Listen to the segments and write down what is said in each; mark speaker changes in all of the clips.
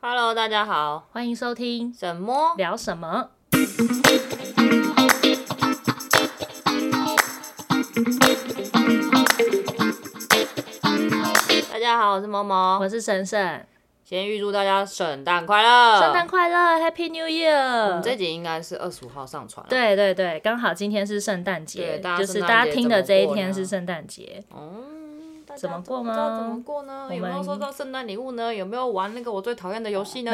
Speaker 1: Hello，大家好，
Speaker 2: 欢迎收听
Speaker 1: 什么？
Speaker 2: 聊什么？
Speaker 1: 大家好，我是毛毛。
Speaker 2: 我是神神，
Speaker 1: 先预祝大家圣诞快乐！
Speaker 2: 圣诞快乐，Happy New
Speaker 1: 呃我们这
Speaker 2: Year！
Speaker 1: 集应该是二十五号上传。，
Speaker 2: 对对对，刚好今天是圣诞
Speaker 1: 对
Speaker 2: 节，
Speaker 1: 大家
Speaker 2: 就是
Speaker 1: 圣诞
Speaker 2: 大家
Speaker 1: 节
Speaker 2: 听
Speaker 1: 怎么
Speaker 2: 的这一
Speaker 1: 过呢
Speaker 2: 天是圣诞 节。
Speaker 1: 哦、大家
Speaker 2: 怎么过
Speaker 1: 不知道
Speaker 2: 吗
Speaker 1: 怎么过呢？
Speaker 2: 我
Speaker 1: 有没有
Speaker 2: 们
Speaker 1: 收到圣诞礼物呢？有没有玩那个我最讨厌的游 戏呢？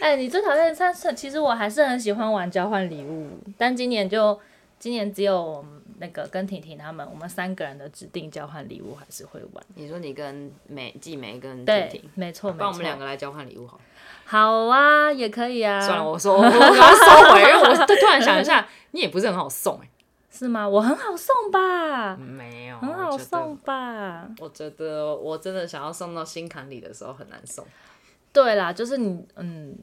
Speaker 2: 哎、你最讨厌上次，其实我还是很喜欢玩交换礼物，但今年就今年只有那个跟婷婷他们，我们三个人的指定交换礼物还是会玩。
Speaker 1: 你说你跟美季梅跟婷
Speaker 2: 对
Speaker 1: 婷，，啊
Speaker 2: 没错没
Speaker 1: 帮我们
Speaker 2: 错
Speaker 1: 两。个来交换礼物好了。
Speaker 2: 好啊，也可以啊。
Speaker 1: 算了，我说我我 要收回，因为我突然想一下，你也不是很好送哎、
Speaker 2: 是吗？我很好送吧，
Speaker 1: 没有，
Speaker 2: 很
Speaker 1: 嗯我
Speaker 2: 好
Speaker 1: 觉得
Speaker 2: 送。吧。
Speaker 1: 我觉得我真的想要送到心坎里的时候很难送。
Speaker 2: 对啦，就是你，嗯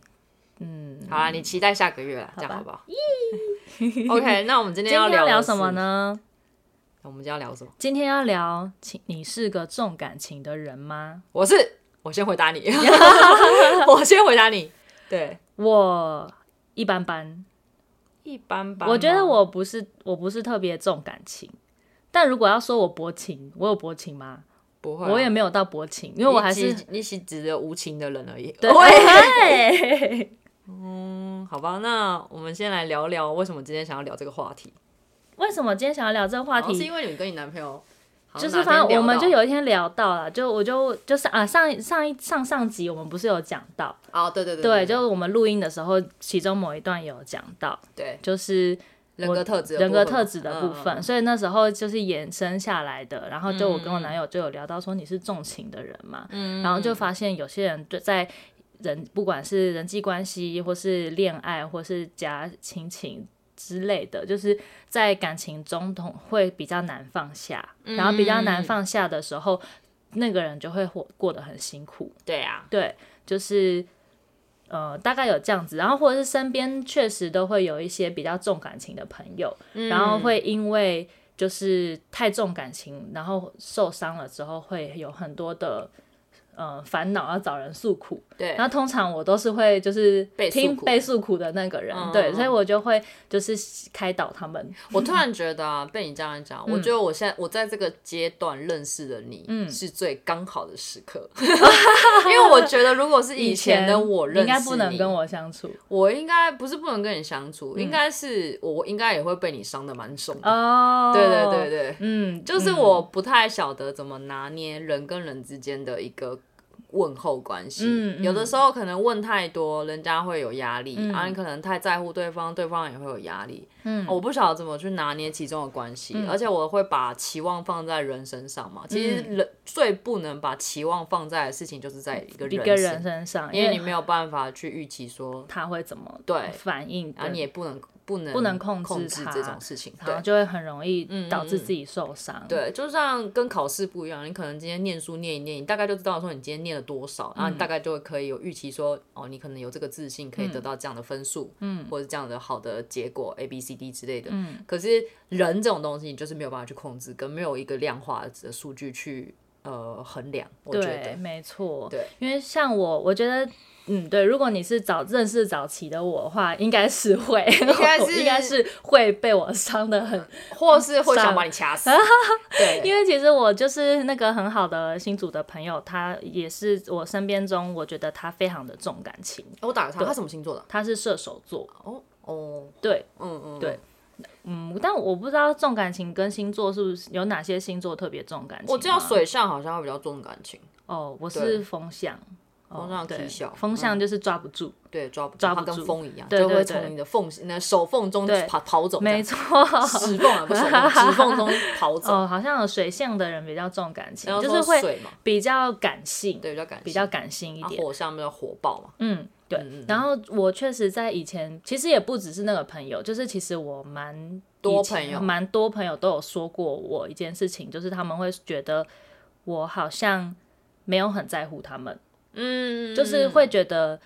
Speaker 2: 嗯，
Speaker 1: 好啦，你期待下个月啦，这样
Speaker 2: 吧
Speaker 1: 好不好？OK，那我们今
Speaker 2: 今
Speaker 1: 天
Speaker 2: 天
Speaker 1: 要
Speaker 2: 要
Speaker 1: 聊
Speaker 2: 聊
Speaker 1: 的
Speaker 2: 什么
Speaker 1: 是？
Speaker 2: 呢？
Speaker 1: 我们今天要聊什么？
Speaker 2: 今天要聊情，你是个重感情的人吗？
Speaker 1: 我是我先回答你，我先回答你。对，
Speaker 2: 我一般般，
Speaker 1: 一般般吗。
Speaker 2: 我觉得我不是，我不是特别重感情。但如果要说我薄情，我有薄情吗？
Speaker 1: 不会啊，
Speaker 2: 我也没有到薄情，因为我还是
Speaker 1: 你其你其实只有无情的人而已。
Speaker 2: 对
Speaker 1: 喂，
Speaker 2: 对
Speaker 1: 嗯，好吧，那我们先来聊聊为什么今天想要聊这个话题。
Speaker 2: 为什么今天想要聊这个话
Speaker 1: 好哦像是
Speaker 2: 题？
Speaker 1: 因为你跟你男朋友，好像
Speaker 2: 就是
Speaker 1: 哪天
Speaker 2: 反正
Speaker 1: 聊
Speaker 2: 我们
Speaker 1: 到
Speaker 2: 就有一天聊到了，就我就就上啊上一上一上上集我们不是有讲到，
Speaker 1: 哦，对对对
Speaker 2: 对，
Speaker 1: 对，
Speaker 2: 就是我们录音的时候，其中某一段有讲到，
Speaker 1: 对
Speaker 2: 就是
Speaker 1: 人格特质的
Speaker 2: 人
Speaker 1: 部
Speaker 2: 格
Speaker 1: 分
Speaker 2: 特
Speaker 1: 嘛
Speaker 2: 质的
Speaker 1: 嗯
Speaker 2: 部
Speaker 1: 嗯嗯
Speaker 2: 分，所以那时候就是衍生下来的。然后就我跟我男友就有聊到说你是重情的人嘛，然后就发现有些人对在人不管是人际关系，或是恋爱，或是家亲情。之类的，就是在感情中同会比较难放下，
Speaker 1: 嗯
Speaker 2: 然后比较难放下的时候，那个人就会活过得很辛苦。
Speaker 1: 对啊，
Speaker 2: 对，就是呃，大概有这样子，然后或者是身边确实都会有一些比较重感情的朋友，
Speaker 1: 嗯
Speaker 2: 然后会因为就是太重感情，然后受伤了之后会有很多的。呃，烦恼要找人诉苦，
Speaker 1: 对
Speaker 2: 然后通常我都是会就是
Speaker 1: 被诉
Speaker 2: 听
Speaker 1: 苦
Speaker 2: 被诉苦的那个人，
Speaker 1: 嗯
Speaker 2: 对，
Speaker 1: 嗯
Speaker 2: 所以我就会就是开导他们，
Speaker 1: 我突然觉得啊，被你这样一讲，我
Speaker 2: 嗯
Speaker 1: 觉得我现在我在这个阶段认识的你，是最刚好的时 刻，因为我觉得如果是以前的我
Speaker 2: 你
Speaker 1: 认识
Speaker 2: 应该不能
Speaker 1: 你
Speaker 2: 跟，我相处
Speaker 1: 我应该不是不能跟你相处，应该是我我应该也会被你伤的蛮重的。
Speaker 2: 哦，
Speaker 1: 对对对，对，
Speaker 2: 嗯，
Speaker 1: 就是
Speaker 2: 嗯
Speaker 1: 我不太晓得怎么拿捏人跟人之间的一个。问候关系，
Speaker 2: 嗯嗯
Speaker 1: 有的时候可能问太多，人家会有压力、啊；你可能太在乎对方，对方也会有压力。
Speaker 2: 嗯
Speaker 1: 我不晓得怎么去拿捏其中的关系，而且我会把期望放在人身上嘛。其实
Speaker 2: 嗯
Speaker 1: 人最不能把期望放在的事情，就是在一个
Speaker 2: 一
Speaker 1: 人
Speaker 2: 个
Speaker 1: 身
Speaker 2: 人身上，
Speaker 1: 因为你没有办法去预期说，
Speaker 2: 他会怎么
Speaker 1: 对
Speaker 2: 反应的，
Speaker 1: 啊，你也不能不能
Speaker 2: 不能控制
Speaker 1: 控制
Speaker 2: 它
Speaker 1: 这种事情，
Speaker 2: 然后
Speaker 1: 对。
Speaker 2: 就会很容易
Speaker 1: 嗯嗯
Speaker 2: 导致
Speaker 1: 嗯
Speaker 2: 自己受伤。
Speaker 1: 对，就像跟考试不一样，你可能今天念书念一念，你大概就知道说你今天念了多少，然后
Speaker 2: 嗯
Speaker 1: 你大概就可以有预期说，哦，你可能有这个自信，可以得到这样的分数，嗯，或者这样的好的结果 A B C D 之类的。嗯，可是人这种东西，你就是没有办法去控制，跟没有一个量化的数据去呃衡量，我觉
Speaker 2: 对，
Speaker 1: 得。
Speaker 2: 没错。
Speaker 1: 对，
Speaker 2: 因为像我，我觉得，嗯，对，如果你是早认识早期的我的话，应该是会，应
Speaker 1: 该是
Speaker 2: 应该是会被我伤的很。
Speaker 1: 或是会想把你掐 死， 对，
Speaker 2: 因为其实我就是那个很好的新组的朋友，他也是我身边中，我觉得他非常的重感情，
Speaker 1: 我打个岔，他什么星座的？
Speaker 2: 他是射手座，
Speaker 1: 哦哦，
Speaker 2: 对，
Speaker 1: 嗯嗯，
Speaker 2: 对嗯，但我不知道重感情跟星座是不是有哪些星座特别重感情吗。
Speaker 1: 我知道水象好像会比较重感情，
Speaker 2: 哦，我
Speaker 1: 对
Speaker 2: 是风向，
Speaker 1: 风向
Speaker 2: 哦对
Speaker 1: 踢小嗯
Speaker 2: 风向就是抓不住，
Speaker 1: 对，抓不住，
Speaker 2: 抓
Speaker 1: 它
Speaker 2: 不
Speaker 1: 跟
Speaker 2: 住
Speaker 1: 风一样，
Speaker 2: 对
Speaker 1: 就
Speaker 2: 对
Speaker 1: 会
Speaker 2: 对
Speaker 1: 从你的缝、你的手缝中
Speaker 2: 对
Speaker 1: 跑逃走这样，
Speaker 2: 没 错。
Speaker 1: 指缝啊，不是手 缝指缝中逃走，
Speaker 2: 哦，好像有水象的人比较重感情
Speaker 1: 然，后
Speaker 2: 就
Speaker 1: 说
Speaker 2: 是会
Speaker 1: 水嘛，
Speaker 2: 比较感性，
Speaker 1: 对，比较感性
Speaker 2: 比较感性一
Speaker 1: 啊
Speaker 2: 点。
Speaker 1: 火象比较火爆嘛，
Speaker 2: 嗯，对。然后我确实在以前，其实也不只是那个朋友，就是其实我蛮
Speaker 1: 多
Speaker 2: 以前
Speaker 1: 朋友
Speaker 2: 蛮多朋友都有说过我一件事情，就是他们会觉得我好像没有很在乎他们，
Speaker 1: 嗯，
Speaker 2: 就是会觉得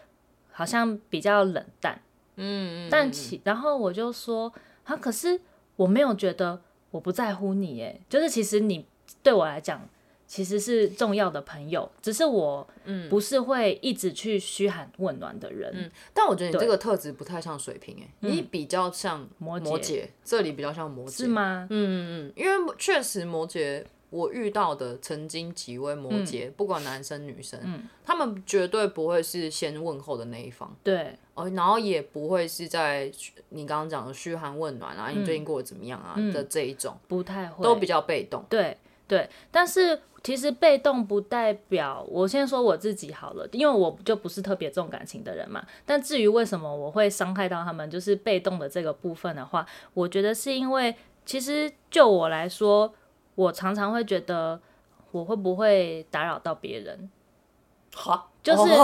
Speaker 2: 好像比较冷淡。嗯，但其然后我就说啊，可是我没有觉得我不在乎你，哎，就是其实你对我来讲，其实是重要的朋友，只是我不是会一直去嘘寒问暖的人。
Speaker 1: 但我觉得你这个特质不太像水瓶哎、你比较像
Speaker 2: 嗯摩羯
Speaker 1: 摩羯，这里比较像摩羯，
Speaker 2: 是吗？
Speaker 1: 嗯，嗯嗯，因为确实摩羯，我遇到的曾经几位
Speaker 2: 嗯
Speaker 1: 摩羯，不管男生女生，他们绝对不会是先问候的那一方，
Speaker 2: 对，
Speaker 1: 哦，然后也不会是在你刚刚讲的嘘寒问暖啊，你最近过得怎么样啊、的这一种，
Speaker 2: 不太嗯会，
Speaker 1: 都比较被动。
Speaker 2: 对对，但是其实被动不代表我先说我自己好了，因为我就不是特别重感情的人嘛。但至于为什么我会伤害到他们，就是被动的这个部分的话，我觉得是因为其实就我来说，我常常会觉得我会不会打扰到别人，
Speaker 1: 好，
Speaker 2: 就是、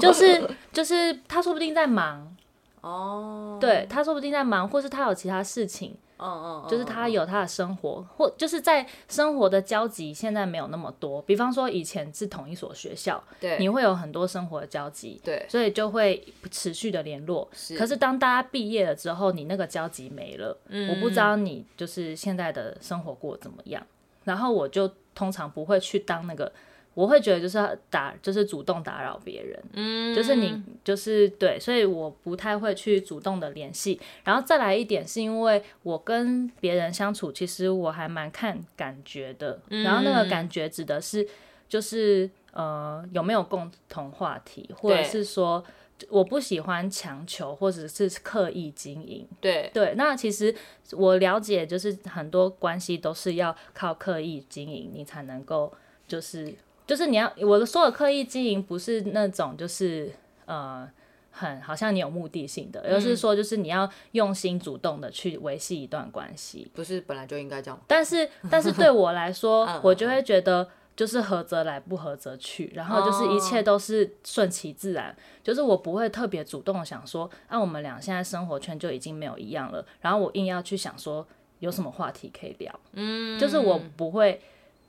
Speaker 2: 就是就是他说不定在忙，
Speaker 1: 哦，
Speaker 2: 对他说不定在忙，或是他有其他事情，
Speaker 1: 嗯嗯，
Speaker 2: 就是他有他的生活，或就是在生活的交集，现在没有那么多。比方说以前是同一所学校，
Speaker 1: 对
Speaker 2: 你会有很多生活的交集，
Speaker 1: 对
Speaker 2: 所以就会持续的联络。可是当大家毕业了之后，你那个交集没了，
Speaker 1: 嗯
Speaker 2: 我不知道你就是现在的生活过得怎么样。然后我就通常不会去当那个，我会觉得就是打，就是主动打扰别人。
Speaker 1: 嗯，
Speaker 2: 就是你就是对，所以我不太会去主动的联系。然后再来一点，是因为我跟别人相处，其实我还蛮看感觉的。
Speaker 1: 嗯
Speaker 2: 然后那个感觉指的是就是呃有没有共同话题，或者
Speaker 1: 对
Speaker 2: 是说我不喜欢强求或者是刻意经营。
Speaker 1: 对
Speaker 2: 对，那其实我了解，就是很多关系都是要靠刻意经营，你才能够就是就是你要我的所有刻意经营，不是那种就是呃很好像你有目的性的，而是说就是你要用心主动的去维系一段关系。
Speaker 1: 不是本来就应该这样吗，
Speaker 2: 但是但是对我来说
Speaker 1: 嗯，
Speaker 2: 我就会觉得。就是合则来，不合则去，然后就是一
Speaker 1: 哦
Speaker 2: 切都是顺其自然。就是我不会特别主动地想说，啊，我们俩现在生活圈就已经没有一样了，然后我硬要去想说有什么话题可以聊，嗯，就是我不会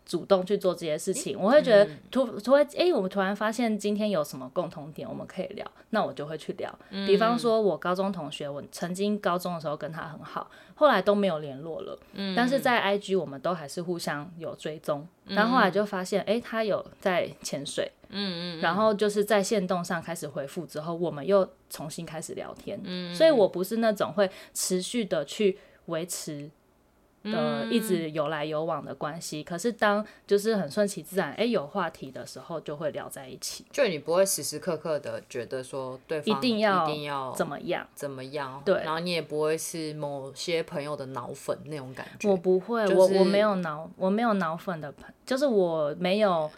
Speaker 2: 主动去做这些事情，我会觉
Speaker 1: 嗯
Speaker 2: 得突突然，诶，我们突然发现今天有什么共同点，我们可以聊，那我就会去聊。比方
Speaker 1: 嗯
Speaker 2: 说，我高中同学，我曾经高中的时候跟他很好，后来都没有联络了，嗯，但是在 IG 我们都还是互相有追踪，
Speaker 1: 嗯
Speaker 2: 但后来就发现，诶，他有在潜水。
Speaker 1: 嗯
Speaker 2: 然后就是在线动上开始回复之后，我们又重新开始聊天。
Speaker 1: 嗯
Speaker 2: 所以我不是那种会持续的去维持。
Speaker 1: 嗯
Speaker 2: 呃，一直有来有往的关系，可是当就是很顺其自然，哎、有话题的时候就会聊在一起，
Speaker 1: 就你不会时时刻刻的觉得说对方
Speaker 2: 一定要
Speaker 1: 一定要
Speaker 2: 怎么样？
Speaker 1: 怎么样，
Speaker 2: 对
Speaker 1: 然后你也不会是某些朋友的脑粉那种感觉，
Speaker 2: 我不会，
Speaker 1: 就
Speaker 2: 我我
Speaker 1: 是
Speaker 2: 没有脑，我没有脑粉的朋，就是我没有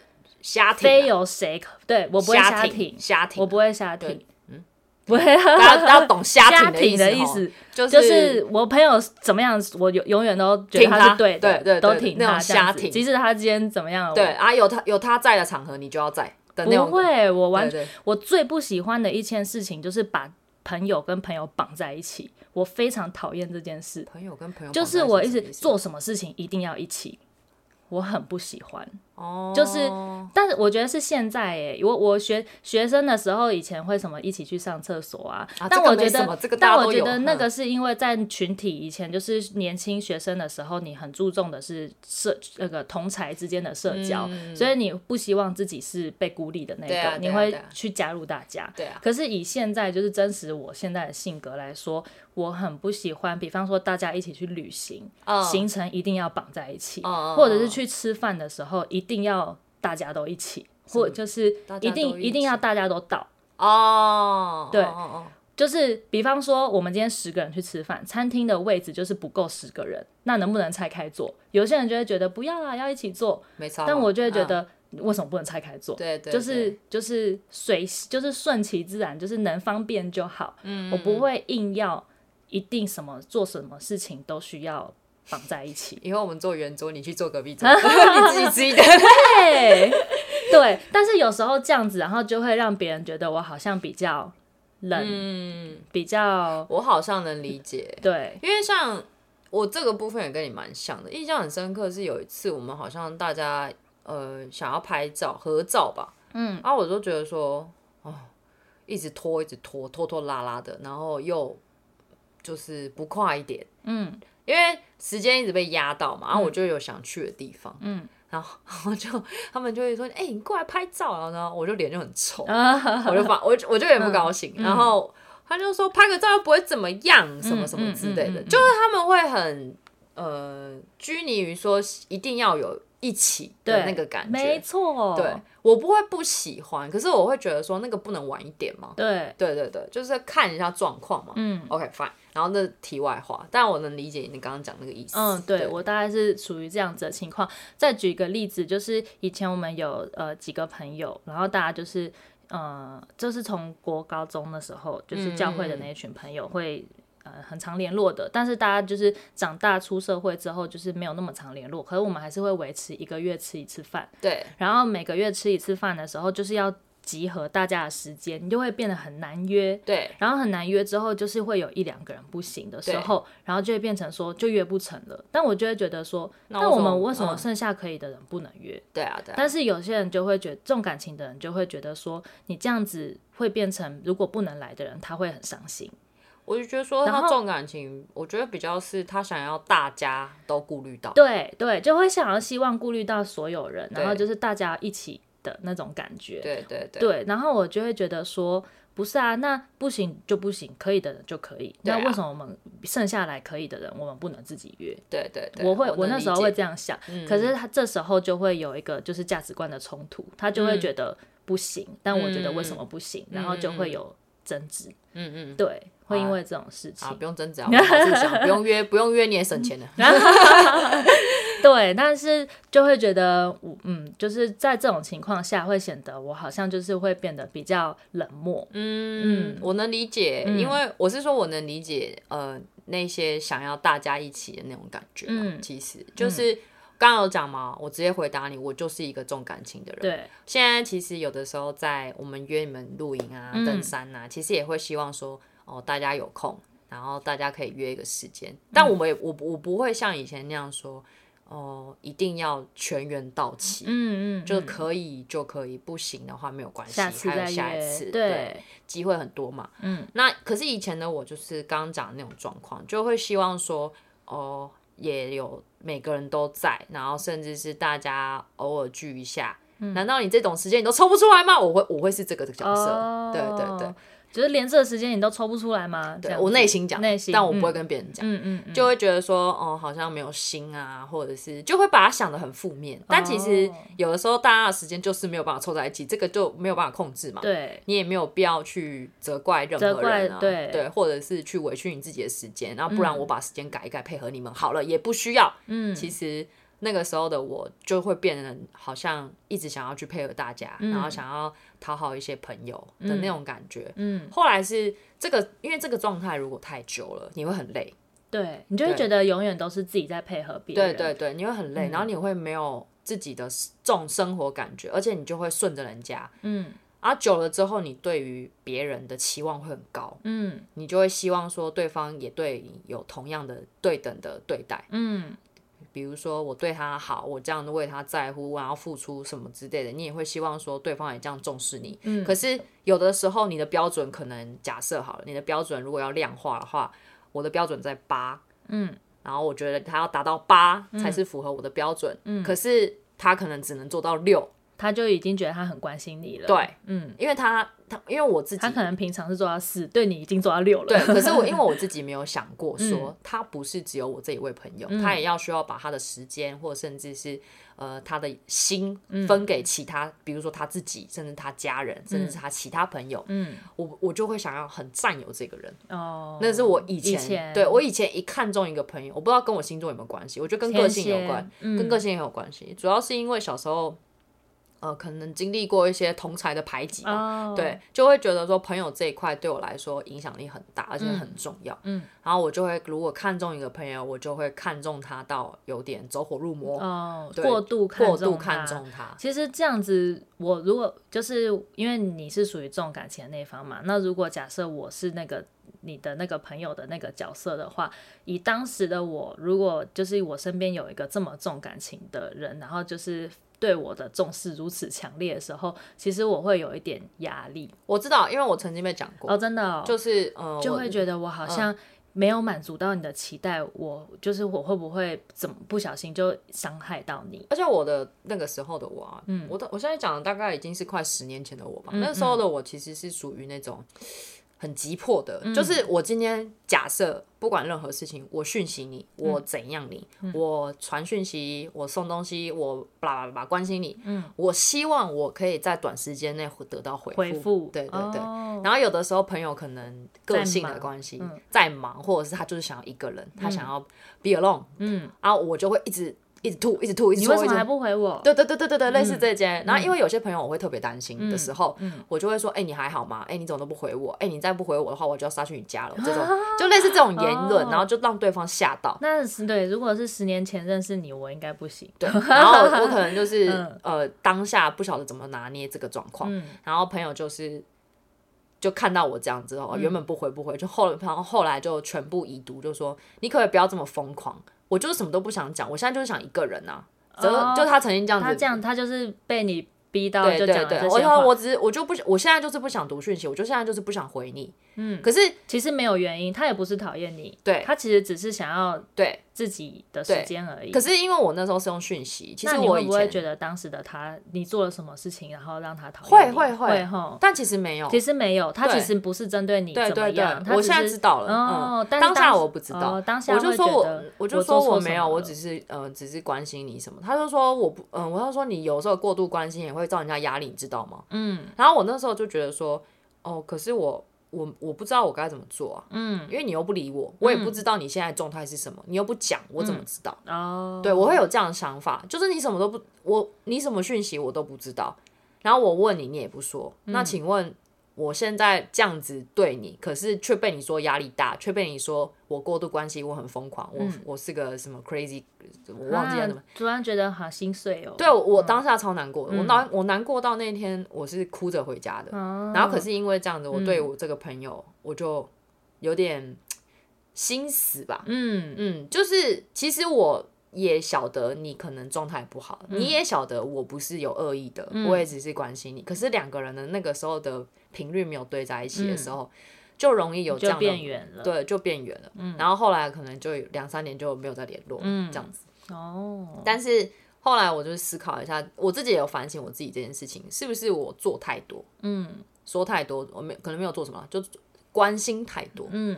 Speaker 1: 瞎听啊、
Speaker 2: 非有谁可，对我不会瞎
Speaker 1: 挺
Speaker 2: 挺，
Speaker 1: 瞎挺，
Speaker 2: 我不会瞎
Speaker 1: 啊对
Speaker 2: 挺，嗯，不会
Speaker 1: 大家大家懂瞎
Speaker 2: 瞎
Speaker 1: 挺
Speaker 2: 挺的意
Speaker 1: 意哦
Speaker 2: 思，
Speaker 1: 就
Speaker 2: 就是我朋友怎么样，我永永远都觉得
Speaker 1: 挺
Speaker 2: 他
Speaker 1: 他
Speaker 2: 是对的，
Speaker 1: 对对对
Speaker 2: 都挺
Speaker 1: 那种
Speaker 2: 他这样
Speaker 1: 瞎
Speaker 2: 子。
Speaker 1: 挺
Speaker 2: 即使他今天怎么样，
Speaker 1: 对啊，有他有他在的场合，你就要在的
Speaker 2: 我
Speaker 1: 那种。
Speaker 2: 不会，我
Speaker 1: 对
Speaker 2: 完
Speaker 1: 对，
Speaker 2: 我最不喜欢的一件事情就是把朋友跟朋友绑在一起，我非常讨厌这件事。
Speaker 1: 朋友跟朋友
Speaker 2: 就是我一直
Speaker 1: 直
Speaker 2: 做什么事情一定要一起，我很不喜欢。
Speaker 1: 哦，
Speaker 2: 就是但是我觉得是现在诶、我我学学生的时候，以前会什么一起去上厕所啊，
Speaker 1: 啊
Speaker 2: 但
Speaker 1: 这个
Speaker 2: 我
Speaker 1: 没
Speaker 2: 觉
Speaker 1: 什么
Speaker 2: 得，
Speaker 1: 这个大家
Speaker 2: 但我
Speaker 1: 都
Speaker 2: 觉
Speaker 1: 有嗯
Speaker 2: 得那个是因为在群体以前，就是年轻学生的时候，你很注重的是社那个同才之间的社交，所以你不希望自己是被孤立的那个，
Speaker 1: 嗯对啊对啊
Speaker 2: 你会
Speaker 1: 对啊
Speaker 2: 去加入大家。
Speaker 1: 对啊，
Speaker 2: 可是以现在就是真实我现在的性格来说，我很不喜欢，比方说大家一起去旅行，
Speaker 1: 嗯
Speaker 2: 行程一定要绑在一起，
Speaker 1: 嗯嗯
Speaker 2: 或者是去吃饭的时候一定要大家都一起，或就是
Speaker 1: 大家
Speaker 2: 一
Speaker 1: 都
Speaker 2: 定
Speaker 1: 一起
Speaker 2: 一定要大家都到。
Speaker 1: 哦，
Speaker 2: 嗯对
Speaker 1: 哦哦哦
Speaker 2: 就是比方说，我们今天十个人去吃饭，餐厅的位置就是不够十个人，那能不能拆开坐？有些人就会觉得不要啦，要一起坐，
Speaker 1: 没差。
Speaker 2: 但我就会觉
Speaker 1: 嗯，
Speaker 2: 得为什么不能拆开坐？
Speaker 1: 对对，
Speaker 2: 就是就是随就是顺其自然，就是能方便就好。嗯，我不会硬要一定什么做什么事情都需要绑在一起
Speaker 1: 对。以后我们做圆桌，你去做隔壁桌， 你自己吃一点。
Speaker 2: 对 对，但是有时候这样子，然后就会让别人觉得我好像比较 冷，
Speaker 1: 嗯，
Speaker 2: 比较
Speaker 1: 我好像能理解，
Speaker 2: 对，
Speaker 1: 因为像我这个部分也跟你蛮像的，印象很深刻是有一次我们好像大家呃想要拍照合照吧，
Speaker 2: 嗯，
Speaker 1: 然后我就觉得说哦，一直拖一直拖拖拖拉拉的，然后又就是不快一点，
Speaker 2: 嗯
Speaker 1: 因为时间一直被压到嘛，然后我就有想去的地方，
Speaker 2: 嗯，
Speaker 1: 然后 然后就他们就会说，哎、你过来拍照，然后然后我就脸就很臭，
Speaker 2: 嗯啊
Speaker 1: 我就把我就我就有点不高兴，然后他就说拍个照又不会怎么样，什么什么之类的，
Speaker 2: 嗯嗯嗯嗯
Speaker 1: 就是他们会很呃拘泥于说一定要有一起的
Speaker 2: 对
Speaker 1: 那个感觉，
Speaker 2: 没错，
Speaker 1: 对我不会不喜欢，可是我会觉得说那个不能晚一点吗？
Speaker 2: 对，
Speaker 1: 对对对，就是看一下状况嘛。
Speaker 2: 嗯
Speaker 1: OK fine，然后那题外话，但我能理解你刚刚讲那个意思。
Speaker 2: 嗯，对我大概是属于这样子的情况。再举一个例子，就是以前我们有呃几个朋友，然后大家就是呃，就是从国高中的时候，就是教会的那一群朋友会。呃，很常联络的，但是大家就是长大出社会之后，就是没有那么常联络。可是我们还是会维持一个月吃一次饭，
Speaker 1: 对，
Speaker 2: 然后每个月吃一次饭的时候，就是要集合大家的时间，你就会变得很难约。
Speaker 1: 对，
Speaker 2: 然后很难约，之后就是会有一两个人不行的时候，然后就会变成说就约不成了。但我就会觉得说，
Speaker 1: 那
Speaker 2: 那
Speaker 1: 为
Speaker 2: 我
Speaker 1: 什么
Speaker 2: 们为什么
Speaker 1: 嗯
Speaker 2: 剩下可以的人不能约？
Speaker 1: 对啊，对啊，
Speaker 2: 但是有些人就会觉得，重感情的人就会觉得说，你这样子会变成如果不能来的人，他会很伤心。
Speaker 1: 我就觉得说
Speaker 2: 然
Speaker 1: 他
Speaker 2: 后
Speaker 1: 重感情，我觉得比较是他想要大家都顾虑到。
Speaker 2: 对对，就会想要希望顾虑到所有人，然后
Speaker 1: 对
Speaker 2: 就是大家一起的那种感觉。
Speaker 1: 对对对，
Speaker 2: 对，然后我就会觉得说，不是啊，那不行就不行，可以的人就可以。
Speaker 1: 对啊
Speaker 2: 那为什么我们剩下来可以的人，我们不能自己约？
Speaker 1: 对对对，
Speaker 2: 我会，我
Speaker 1: 能
Speaker 2: 那
Speaker 1: 理
Speaker 2: 时候会
Speaker 1: 解嗯
Speaker 2: 这样想，可是他这时候就会有一个就是价值观的冲突，他就
Speaker 1: 嗯
Speaker 2: 会觉得不行，但我觉得为什么不行，然后就会有争执，
Speaker 1: 嗯嗯
Speaker 2: 对，会因
Speaker 1: 啊
Speaker 2: 为这种事情
Speaker 1: 啊，，不用挣扎，我们好好去想，不用约，不用约你也省钱了。
Speaker 2: 对，但是就会觉得我嗯，就是在这种情况下会显得我好像就是会变得比较冷漠，
Speaker 1: 嗯，我能理解，因为我是说我能理解，呃，那些想要大家一起的那种感觉嘛。
Speaker 2: 嗯
Speaker 1: 其实就是刚刚有讲嘛，我直接回答你，我就是一个重感情的人。
Speaker 2: 对，
Speaker 1: 现在其实有的时候在我们约你们露营啊、
Speaker 2: 嗯
Speaker 1: 登山啊，其实也会希望说哦，大家有空，然后大家可以约一个时
Speaker 2: 嗯
Speaker 1: 间。但我们也我我不会像以前那样说哦，一定要全员到齐。
Speaker 2: 嗯嗯，
Speaker 1: 就
Speaker 2: 嗯
Speaker 1: 可以就可以，不行的话没有关系，
Speaker 2: 下次
Speaker 1: 还
Speaker 2: 再
Speaker 1: 有下一
Speaker 2: 约
Speaker 1: 次，，
Speaker 2: 对，
Speaker 1: 机会很多嘛。
Speaker 2: 嗯，
Speaker 1: 那可是以前的我就是刚刚讲的那种状况，就会希望说，哦，也有每个人都在，然后甚至是大家偶尔聚一下。
Speaker 2: 嗯
Speaker 1: 难道你这种时间你都抽不出来吗？我会我会是这个角色，对对对
Speaker 2: 哦，就是连这个时间你都抽不出来吗？这
Speaker 1: 对
Speaker 2: 样
Speaker 1: 我
Speaker 2: 子
Speaker 1: 内心讲，
Speaker 2: 内心，
Speaker 1: 但我不会
Speaker 2: 嗯
Speaker 1: 跟别人讲，
Speaker 2: 嗯嗯嗯，
Speaker 1: 就会觉得说，哦，好像没有心啊，或者是就会把它想得很负面。但其实
Speaker 2: 哦
Speaker 1: 有的时候大家的时间就是没有办法凑在一起，这个就没有办法控制嘛。
Speaker 2: 对
Speaker 1: 你也没有必要去责怪任何人啊，
Speaker 2: 责怪对
Speaker 1: 或者是去委屈你自己的时间，然后不然我把时间改一改配合你们好了，也不需要。
Speaker 2: 嗯
Speaker 1: 其实那个时候的我就会变得好像一直想要去配合大家，然后想要讨好一些朋友的那种感觉。
Speaker 2: 嗯，
Speaker 1: 后来是这个，因为这个状态如果太久了，你会很累，
Speaker 2: 对，你就会
Speaker 1: 对
Speaker 2: 觉得永远都是自己在配合别
Speaker 1: 对
Speaker 2: 人，
Speaker 1: 对对，你会很累，
Speaker 2: 嗯
Speaker 1: 然后你会没有自己的这种生活感觉，而且你就会顺着人家。
Speaker 2: 嗯
Speaker 1: 啊，久了之后，你对于别人的期望会很高，
Speaker 2: 嗯
Speaker 1: 你就会希望说对方也对你有同样的对等的对待。
Speaker 2: 嗯，
Speaker 1: 比如说我对他好，我这样为他在乎，然后付出什么之类的，你也会希望说对方也这样重视你。
Speaker 2: 嗯
Speaker 1: 可是有的时候你的标准可能假设好了，你的标准如果要量化的话，我的标准在八，
Speaker 2: 嗯，
Speaker 1: 然后我觉得他要达到八才是符合我的标准，嗯，可是他可能只能做到六，
Speaker 2: 他就已经觉得他很关心你了，
Speaker 1: 对，
Speaker 2: 嗯，
Speaker 1: 因为他他因为我自己
Speaker 2: 他可能平常是做到四，对你已经做到六了，
Speaker 1: 对，可是我因为我自己没有想过
Speaker 2: 嗯
Speaker 1: 说，他不是只有我这一位朋友，他也要需要把他的时间，或甚至是呃他的心分给其他，比如说他自己，甚至他家人，甚至是他其他朋友。
Speaker 2: 嗯
Speaker 1: 我我就会想要很占有这个人，
Speaker 2: 哦，
Speaker 1: 那是我以前
Speaker 2: 前
Speaker 1: 对我以前一看中一个朋友，我不知道跟我星座有没有关系，我觉得跟个性有关，
Speaker 2: 天蝎
Speaker 1: 跟个性也有关系，主要是因为小时候。呃，可能经历过一些同才的排挤吧，
Speaker 2: 哦，
Speaker 1: 对，就会觉得说朋友这一块对我来说影响力很大，而且很重要。
Speaker 2: 嗯
Speaker 1: 然后我就会如果看中一个朋友，我就会看中他到有点走火入魔，
Speaker 2: 哦，
Speaker 1: 对
Speaker 2: 过度
Speaker 1: 过
Speaker 2: 重
Speaker 1: 度看
Speaker 2: 他
Speaker 1: 重他。
Speaker 2: 其实这样子，我如果就是因为你是属于重感情的那一方嘛，那如果假设我是那个你的那个朋友的那个角色的话，以当时的我，如果就是我身边有一个这么重感情的人，然后就是对我的重视如此强烈的时候，其实我会有一点压力
Speaker 1: 我知道，因为我曾经被讲过，
Speaker 2: 哦，真的、哦，
Speaker 1: 就是呃，
Speaker 2: 就
Speaker 1: 我
Speaker 2: 会觉得我好像没有满足到你的期待，我就是我会不会怎么不小心就伤害到你？
Speaker 1: 而且我的那个时候的我、啊，嗯，我的我现在讲的大概已经是快十年前的我
Speaker 2: 嗯
Speaker 1: 吧。那时候的我其实是属于那种很急迫的，
Speaker 2: 嗯
Speaker 1: 就是我今天假设不管任何事情，我讯息你，我
Speaker 2: 嗯
Speaker 1: 怎样你，我传讯息，我送东西，我巴拉巴拉关心你，嗯，我希望我可以在短时间内得到回
Speaker 2: 回复
Speaker 1: 对对对。
Speaker 2: 哦
Speaker 1: 然后有的时候朋友可能个性的关系
Speaker 2: 在忙嗯
Speaker 1: 在忙，或者是他就是想要一个人，他想要 be alone，
Speaker 2: 嗯，
Speaker 1: 啊，我就会一直一直吐，一直吐，一直嗯
Speaker 2: 你为
Speaker 1: 说，
Speaker 2: 什
Speaker 1: 一
Speaker 2: 么
Speaker 1: 直。
Speaker 2: 还不回我？
Speaker 1: 对对对对对对，类似这些。然后因为有些朋友我会特别担心的时候，
Speaker 2: 嗯
Speaker 1: 我就会说：“哎，你还好吗？哎，你怎么都不回我？哎，你再不回我的话，我就要杀去你家了。”这种就类似这种言论，
Speaker 2: 哦
Speaker 1: 然后就让对方吓到。
Speaker 2: 那是对，如果是十年前认识你，我应该不行。
Speaker 1: 对， 然后我我可能就是
Speaker 2: 嗯
Speaker 1: 呃当下不晓得怎么拿捏这个状况，
Speaker 2: 嗯
Speaker 1: 然后朋友就是就看到我这样之后，
Speaker 2: 嗯
Speaker 1: 原本不回不回，就后然后后来就全部已读，就说你可不可以不要这么疯狂？我就是什么都不想讲，我现在就是想一个人啊。就
Speaker 2: 哦
Speaker 1: 就他曾经这样子，
Speaker 2: 他这样，他就是被你逼到
Speaker 1: 对
Speaker 2: 就
Speaker 1: 对
Speaker 2: 讲了
Speaker 1: 对，
Speaker 2: 这
Speaker 1: 我
Speaker 2: 些
Speaker 1: 说
Speaker 2: 话，
Speaker 1: 我只是我就不，我现在就是不想读讯息，我就现在就是不想回你。嗯，可是
Speaker 2: 其实没有原因，他也不是讨厌你，
Speaker 1: 对
Speaker 2: 他其实只是想要
Speaker 1: 对，
Speaker 2: 自己的时间而已。
Speaker 1: 可是因为我那时候是用讯息，其
Speaker 2: 那
Speaker 1: 实
Speaker 2: 你
Speaker 1: 我
Speaker 2: 会
Speaker 1: 以
Speaker 2: 不会
Speaker 1: 前
Speaker 2: 觉得当时的他，你做了什么事情，然后让他讨
Speaker 1: 会
Speaker 2: 厌你？
Speaker 1: 会会
Speaker 2: 会吼。
Speaker 1: 但其实没有，
Speaker 2: 其实没有，他
Speaker 1: 对
Speaker 2: 其实不是针对你
Speaker 1: 对
Speaker 2: 怎么
Speaker 1: 对对
Speaker 2: 样，，他
Speaker 1: 我
Speaker 2: 只
Speaker 1: 现在
Speaker 2: 是
Speaker 1: 知道了。嗯
Speaker 2: 哦，但是
Speaker 1: 当下
Speaker 2: 时
Speaker 1: 我不知道
Speaker 2: 哦当下
Speaker 1: 我就
Speaker 2: 会
Speaker 1: 说
Speaker 2: 觉
Speaker 1: 我
Speaker 2: 得，
Speaker 1: 我就
Speaker 2: 做
Speaker 1: 说
Speaker 2: 错
Speaker 1: 我
Speaker 2: 什
Speaker 1: 没
Speaker 2: 么
Speaker 1: 有，我
Speaker 2: 了
Speaker 1: 只是呃，只是关心你什么。他就说我不，嗯、我要说你有时候过度关心也会造成人家压力，你知道吗？
Speaker 2: 嗯
Speaker 1: 然后我那时候就觉得说，哦，可是我我我不知道我该怎么做啊，
Speaker 2: 嗯
Speaker 1: 因为你又不理我，我也不知道你现在的状态是什么，你又不讲，我怎么知道？
Speaker 2: 哦，
Speaker 1: 对我会有这样的想法，就是你什么都不，我你什么讯息我都不知道，然后我问你，你也不说，那请问我现在这样子对你，可是却被你说压力大，却被你说我过度关心，我很疯狂，我、我是个什么 crazy，我呃忘记了什么。
Speaker 2: 啊突然觉得好心碎哦。
Speaker 1: 对我我当下超难过的，我难我难过到那天我是哭着回家的，
Speaker 2: 哦，
Speaker 1: 然后可是因为这样子，我对我这个朋友、我就有点心死吧，
Speaker 2: 嗯
Speaker 1: 嗯，就是其实我也晓得你可能状态不好，
Speaker 2: 嗯
Speaker 1: 你也晓得我不是有恶意的，我也只是关心你。可是两个人的那个时候的频率没有对在一起的时候，就容易有这
Speaker 2: 嗯就
Speaker 1: 样的
Speaker 2: 变远了。
Speaker 1: 对，就变远了。然后后来可能就有两三年就没有再联络，
Speaker 2: 嗯
Speaker 1: 这样子。
Speaker 2: 哦，
Speaker 1: 但是后来我就思考一下，我自己也有反省我自己这件事情，是不是我做太多，
Speaker 2: 嗯
Speaker 1: 说太多，我没可能没有做什么，就关心太多。
Speaker 2: 嗯，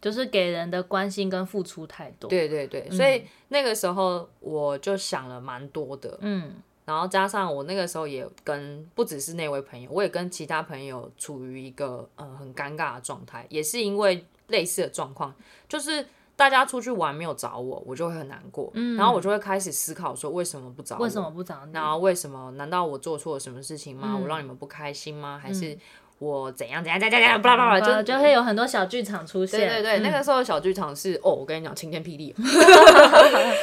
Speaker 2: 就是给人的关心跟付出太多。，
Speaker 1: 对对对，所以那个时候我就想了蛮多的，
Speaker 2: 嗯
Speaker 1: 然后加上我那个时候也跟不只是那位朋友，我也跟其他朋友处于一个呃很尴尬的状态，也是因为类似的状况，就是大家出去玩没有找我，我就会很难过，
Speaker 2: 嗯
Speaker 1: 然后我就会开始思考说为什么不找我？
Speaker 2: 为什么不找你？
Speaker 1: 然后为什么？难道我做错了什么事情吗？
Speaker 2: 嗯
Speaker 1: 我让你们不开心吗？还是我怎样怎样怎样怎样？巴拉巴拉，就
Speaker 2: 呃就会有很多小剧场出现。
Speaker 1: 对对对，
Speaker 2: 嗯
Speaker 1: 那个时候的小剧场是哦，我跟你讲晴天霹 雳，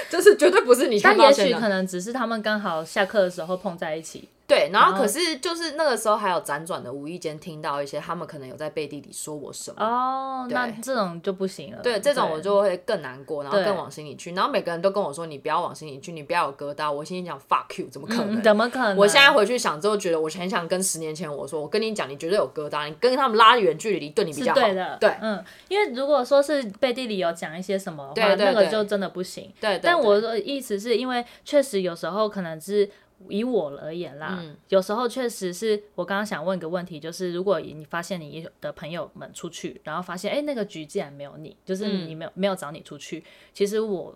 Speaker 1: 就是绝对不是你看
Speaker 2: 但
Speaker 1: 到
Speaker 2: 也
Speaker 1: 现
Speaker 2: 许
Speaker 1: 在
Speaker 2: 可能只是他们刚好下课的时候碰在一起。
Speaker 1: 对，然后
Speaker 2: 然后
Speaker 1: 可是就是那个时候还有辗转的无意间听到一些他们可能有在背地里说我什么，
Speaker 2: 哦，
Speaker 1: 对
Speaker 2: 那这种就不行了。
Speaker 1: 对这种我就会更难过，然后
Speaker 2: 对
Speaker 1: 更往心里去，然后每个人都跟我说你不要往心里去，你不要有疙瘩，我心里想 fuck you，怎么可能？
Speaker 2: 嗯怎么可能？
Speaker 1: 我现在回去想之后，觉得我很想跟十年前我说，我跟你讲，你绝对有疙瘩，你跟他们拉远距离对你比
Speaker 2: 是
Speaker 1: 较好。
Speaker 2: 对的，
Speaker 1: 对
Speaker 2: 嗯，因为如果说是背地里有讲一些什么的
Speaker 1: 对
Speaker 2: 话，
Speaker 1: 对
Speaker 2: 那个
Speaker 1: 对
Speaker 2: 就真的不行。
Speaker 1: 对对
Speaker 2: 但
Speaker 1: 对
Speaker 2: 我的意思是因为确实有时候可能是以我而言啦，
Speaker 1: 嗯
Speaker 2: 有时候确实是我刚刚想问个问题，就是如果你发现你的朋友们出去，然后发现哎、诶那个局竟然没有你，就是
Speaker 1: 嗯
Speaker 2: 你没有、没有找你出去，其实我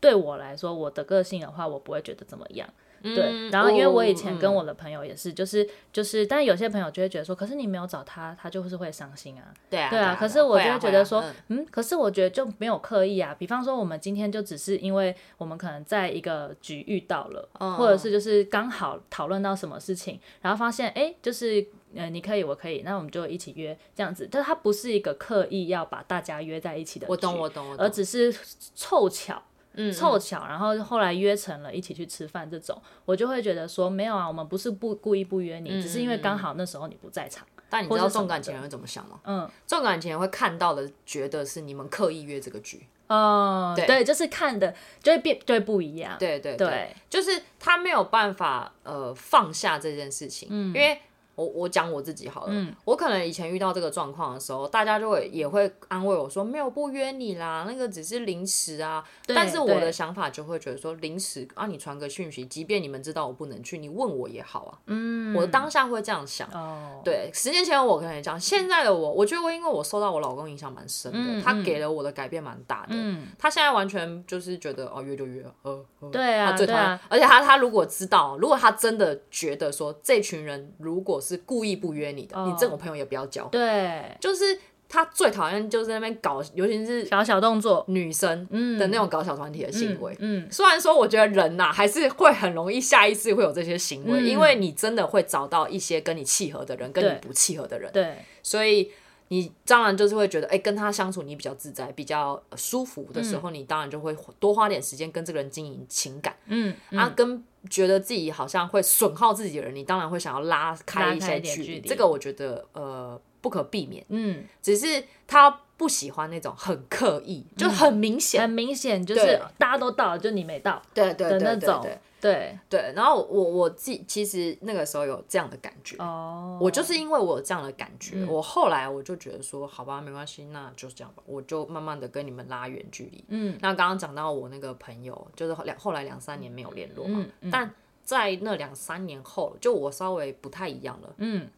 Speaker 2: 对我来说，我的个性的话，我不会觉得怎么样。对，
Speaker 1: 嗯
Speaker 2: 然后因为我以
Speaker 1: 嗯
Speaker 2: 前
Speaker 1: 嗯
Speaker 2: 跟我的朋友也是，就是就是，但有些朋友就会觉得说，可是你没有找他，他就是会伤心啊。
Speaker 1: 对啊
Speaker 2: 对啊，
Speaker 1: 啊，
Speaker 2: 可是我
Speaker 1: 会
Speaker 2: 就
Speaker 1: 啊
Speaker 2: 会觉得说，
Speaker 1: 会啊
Speaker 2: 嗯可是我觉得就没有刻意啊。比方说，我们今天就只是因为我们可能在一个局遇到了，
Speaker 1: 嗯
Speaker 2: 或者是就是刚好讨论到什么事情，然后发现哎、诶就是呃，你可以，我可以，那我们就一起约这样子。但它不是一个刻意要把大家约在一起的
Speaker 1: 我懂
Speaker 2: 局
Speaker 1: 我懂我
Speaker 2: 而
Speaker 1: 懂，
Speaker 2: 只是凑巧。
Speaker 1: 嗯
Speaker 2: 凑巧，然后后来约成了一起去吃饭，这种我就会觉得说没有啊，我们不是不故意不约你，只是因为
Speaker 1: 嗯
Speaker 2: 刚好那时候你不在场。
Speaker 1: 但你
Speaker 2: 或
Speaker 1: 知
Speaker 2: 是
Speaker 1: 道
Speaker 2: 什么
Speaker 1: 重感
Speaker 2: 的
Speaker 1: 情人会怎么想吗？
Speaker 2: 嗯，
Speaker 1: 重感情人会看到的，觉得是你们刻意约这个局。
Speaker 2: 哦，
Speaker 1: 对
Speaker 2: 对，就是看的就会变，就会不一样。
Speaker 1: 对对
Speaker 2: 啊对，嗯
Speaker 1: 就是他没有办法呃放下这件事情，因为我我讲我自己好了，我可能以前遇到这个状况的时候，大家就会也会安慰我说没有不约你啦，那个只是临时啊。
Speaker 2: 对
Speaker 1: 但是我
Speaker 2: 对
Speaker 1: 的想法就会觉得说临时啊，你传个讯息，即便你们知道我不能去，你问我也好啊。嗯，我当下会这样想。
Speaker 2: 哦，
Speaker 1: 嗯对，十年前我可能也这样，现在的我，我觉得我因为我受到我老公影响蛮深的，
Speaker 2: 嗯
Speaker 1: 他
Speaker 2: 嗯
Speaker 1: 给了我的改变蛮大的。
Speaker 2: 嗯，
Speaker 1: 他现在完全就是觉得哦约就约，呃，呃
Speaker 2: 对啊
Speaker 1: 他最讨厌
Speaker 2: 对啊
Speaker 1: 而且他他如果知道，如果他真的觉得说这群人如果是故意不约你的，
Speaker 2: 哦
Speaker 1: 你这种朋友也不要交。
Speaker 2: 对，
Speaker 1: 就是他最讨厌就是在那边搞，尤其是
Speaker 2: 小小动作
Speaker 1: 女生的那种搞小团体的行为。
Speaker 2: 嗯，
Speaker 1: 虽然说，我觉得人呐、还是会很容易下意识会有这些行为，
Speaker 2: 嗯
Speaker 1: 因为你真的会找到一些跟你契合的人，跟
Speaker 2: 对
Speaker 1: 你不契合的人。
Speaker 2: 对，
Speaker 1: 所以你当然就是会觉得，哎、跟他相处你比较自在、比较呃舒服的时候，你当然就会多花点时间跟这个人经营情感。
Speaker 2: 嗯，
Speaker 1: 啊，跟觉得自己好像会损耗自己的人，你当然会想要拉开一
Speaker 2: 拉开
Speaker 1: 些
Speaker 2: 一点
Speaker 1: 距
Speaker 2: 距
Speaker 1: 离。
Speaker 2: 离
Speaker 1: 这个我觉得呃不可避免，
Speaker 2: 嗯，
Speaker 1: 只是他不喜欢那种很刻意，就很明显。
Speaker 2: 嗯很明显就是
Speaker 1: 对
Speaker 2: 大家都到了，就你没到
Speaker 1: 对对
Speaker 2: 的
Speaker 1: 对
Speaker 2: 那
Speaker 1: 对
Speaker 2: 种
Speaker 1: 对，
Speaker 2: 对，
Speaker 1: 对，然后我我自己其实那个时候有这样的感觉，
Speaker 2: 哦，
Speaker 1: 我就是因为我有这样的感觉，
Speaker 2: 嗯
Speaker 1: 我后来我就觉得说，好吧，没关系，那就是这样吧，我就慢慢的跟你们拉远距离。
Speaker 2: 嗯
Speaker 1: 那刚刚讲到我那个朋友，就是后两后来两三年没有联络嘛，
Speaker 2: 嗯嗯
Speaker 1: 但在那两三年后，就我稍微不太一样了，
Speaker 2: 嗯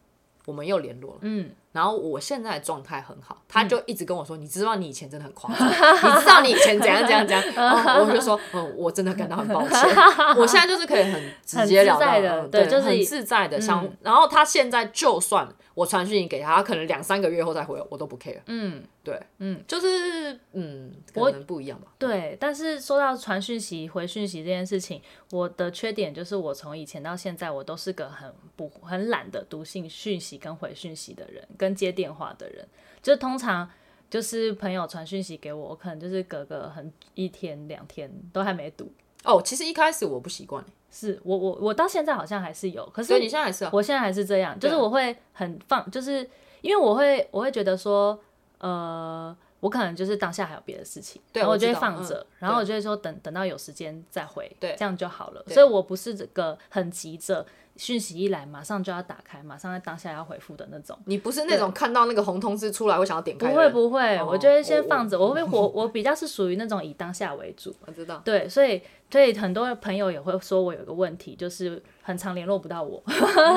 Speaker 1: 我们又联络了。
Speaker 2: 嗯，
Speaker 1: 然后我现在的状态很好，他就一直跟我说，你知道你以前真的很夸张， 你知道你以前怎样怎样怎 样，然后我就说，嗯，我真的感到很抱 歉，我现在就是可以很直截了
Speaker 2: 很
Speaker 1: 当
Speaker 2: 自在的
Speaker 1: 嗯
Speaker 2: 对
Speaker 1: 对，
Speaker 2: 就是
Speaker 1: 很自在的想
Speaker 2: 嗯。
Speaker 1: 然后他现在就算我传讯息给他，他可能两三个月后再回我，我都不 care。
Speaker 2: 嗯，
Speaker 1: 对，
Speaker 2: 嗯，
Speaker 1: 就是嗯，
Speaker 2: 我
Speaker 1: 可能不一样吧。
Speaker 2: 对，但是说到传讯息、回讯息这件事情，我的缺点就是我从以前到现在，我都是个很不很懒得读信讯息跟回讯息的人，跟接电话的人。就通常就是朋友传讯息给我，我可能就是隔个很一天两天都还没读。
Speaker 1: 哦，其实一开始我不习惯，
Speaker 2: 是我我我到现在好像还是有，可是
Speaker 1: 所以你现在还是啊
Speaker 2: 我现在还是这样，就是
Speaker 1: 对
Speaker 2: 我会很放，就是因为我会我会觉得说，呃，我可能就是当下还有别的事情，
Speaker 1: 对
Speaker 2: 然后
Speaker 1: 我
Speaker 2: 就会
Speaker 1: 知道
Speaker 2: 放
Speaker 1: 嗯
Speaker 2: 着，然后
Speaker 1: 对
Speaker 2: 我就会说等等到有时间再回，
Speaker 1: 对
Speaker 2: 这样就好了。
Speaker 1: 对
Speaker 2: 所以我不是这个很急着讯息一来马上就要打开，马上在当下要回复的那种。
Speaker 1: 你不是那种看到那个红通知出来，我想要点
Speaker 2: 不
Speaker 1: 开的
Speaker 2: 会
Speaker 1: 人。
Speaker 2: 不会，
Speaker 1: 哦
Speaker 2: 我就会先
Speaker 1: 我
Speaker 2: 放着，我会我我比较是属于那种以当下为主，
Speaker 1: 我知道，
Speaker 2: 对，所以所以很多朋友也会说我有个问题，就是很常联络不到我。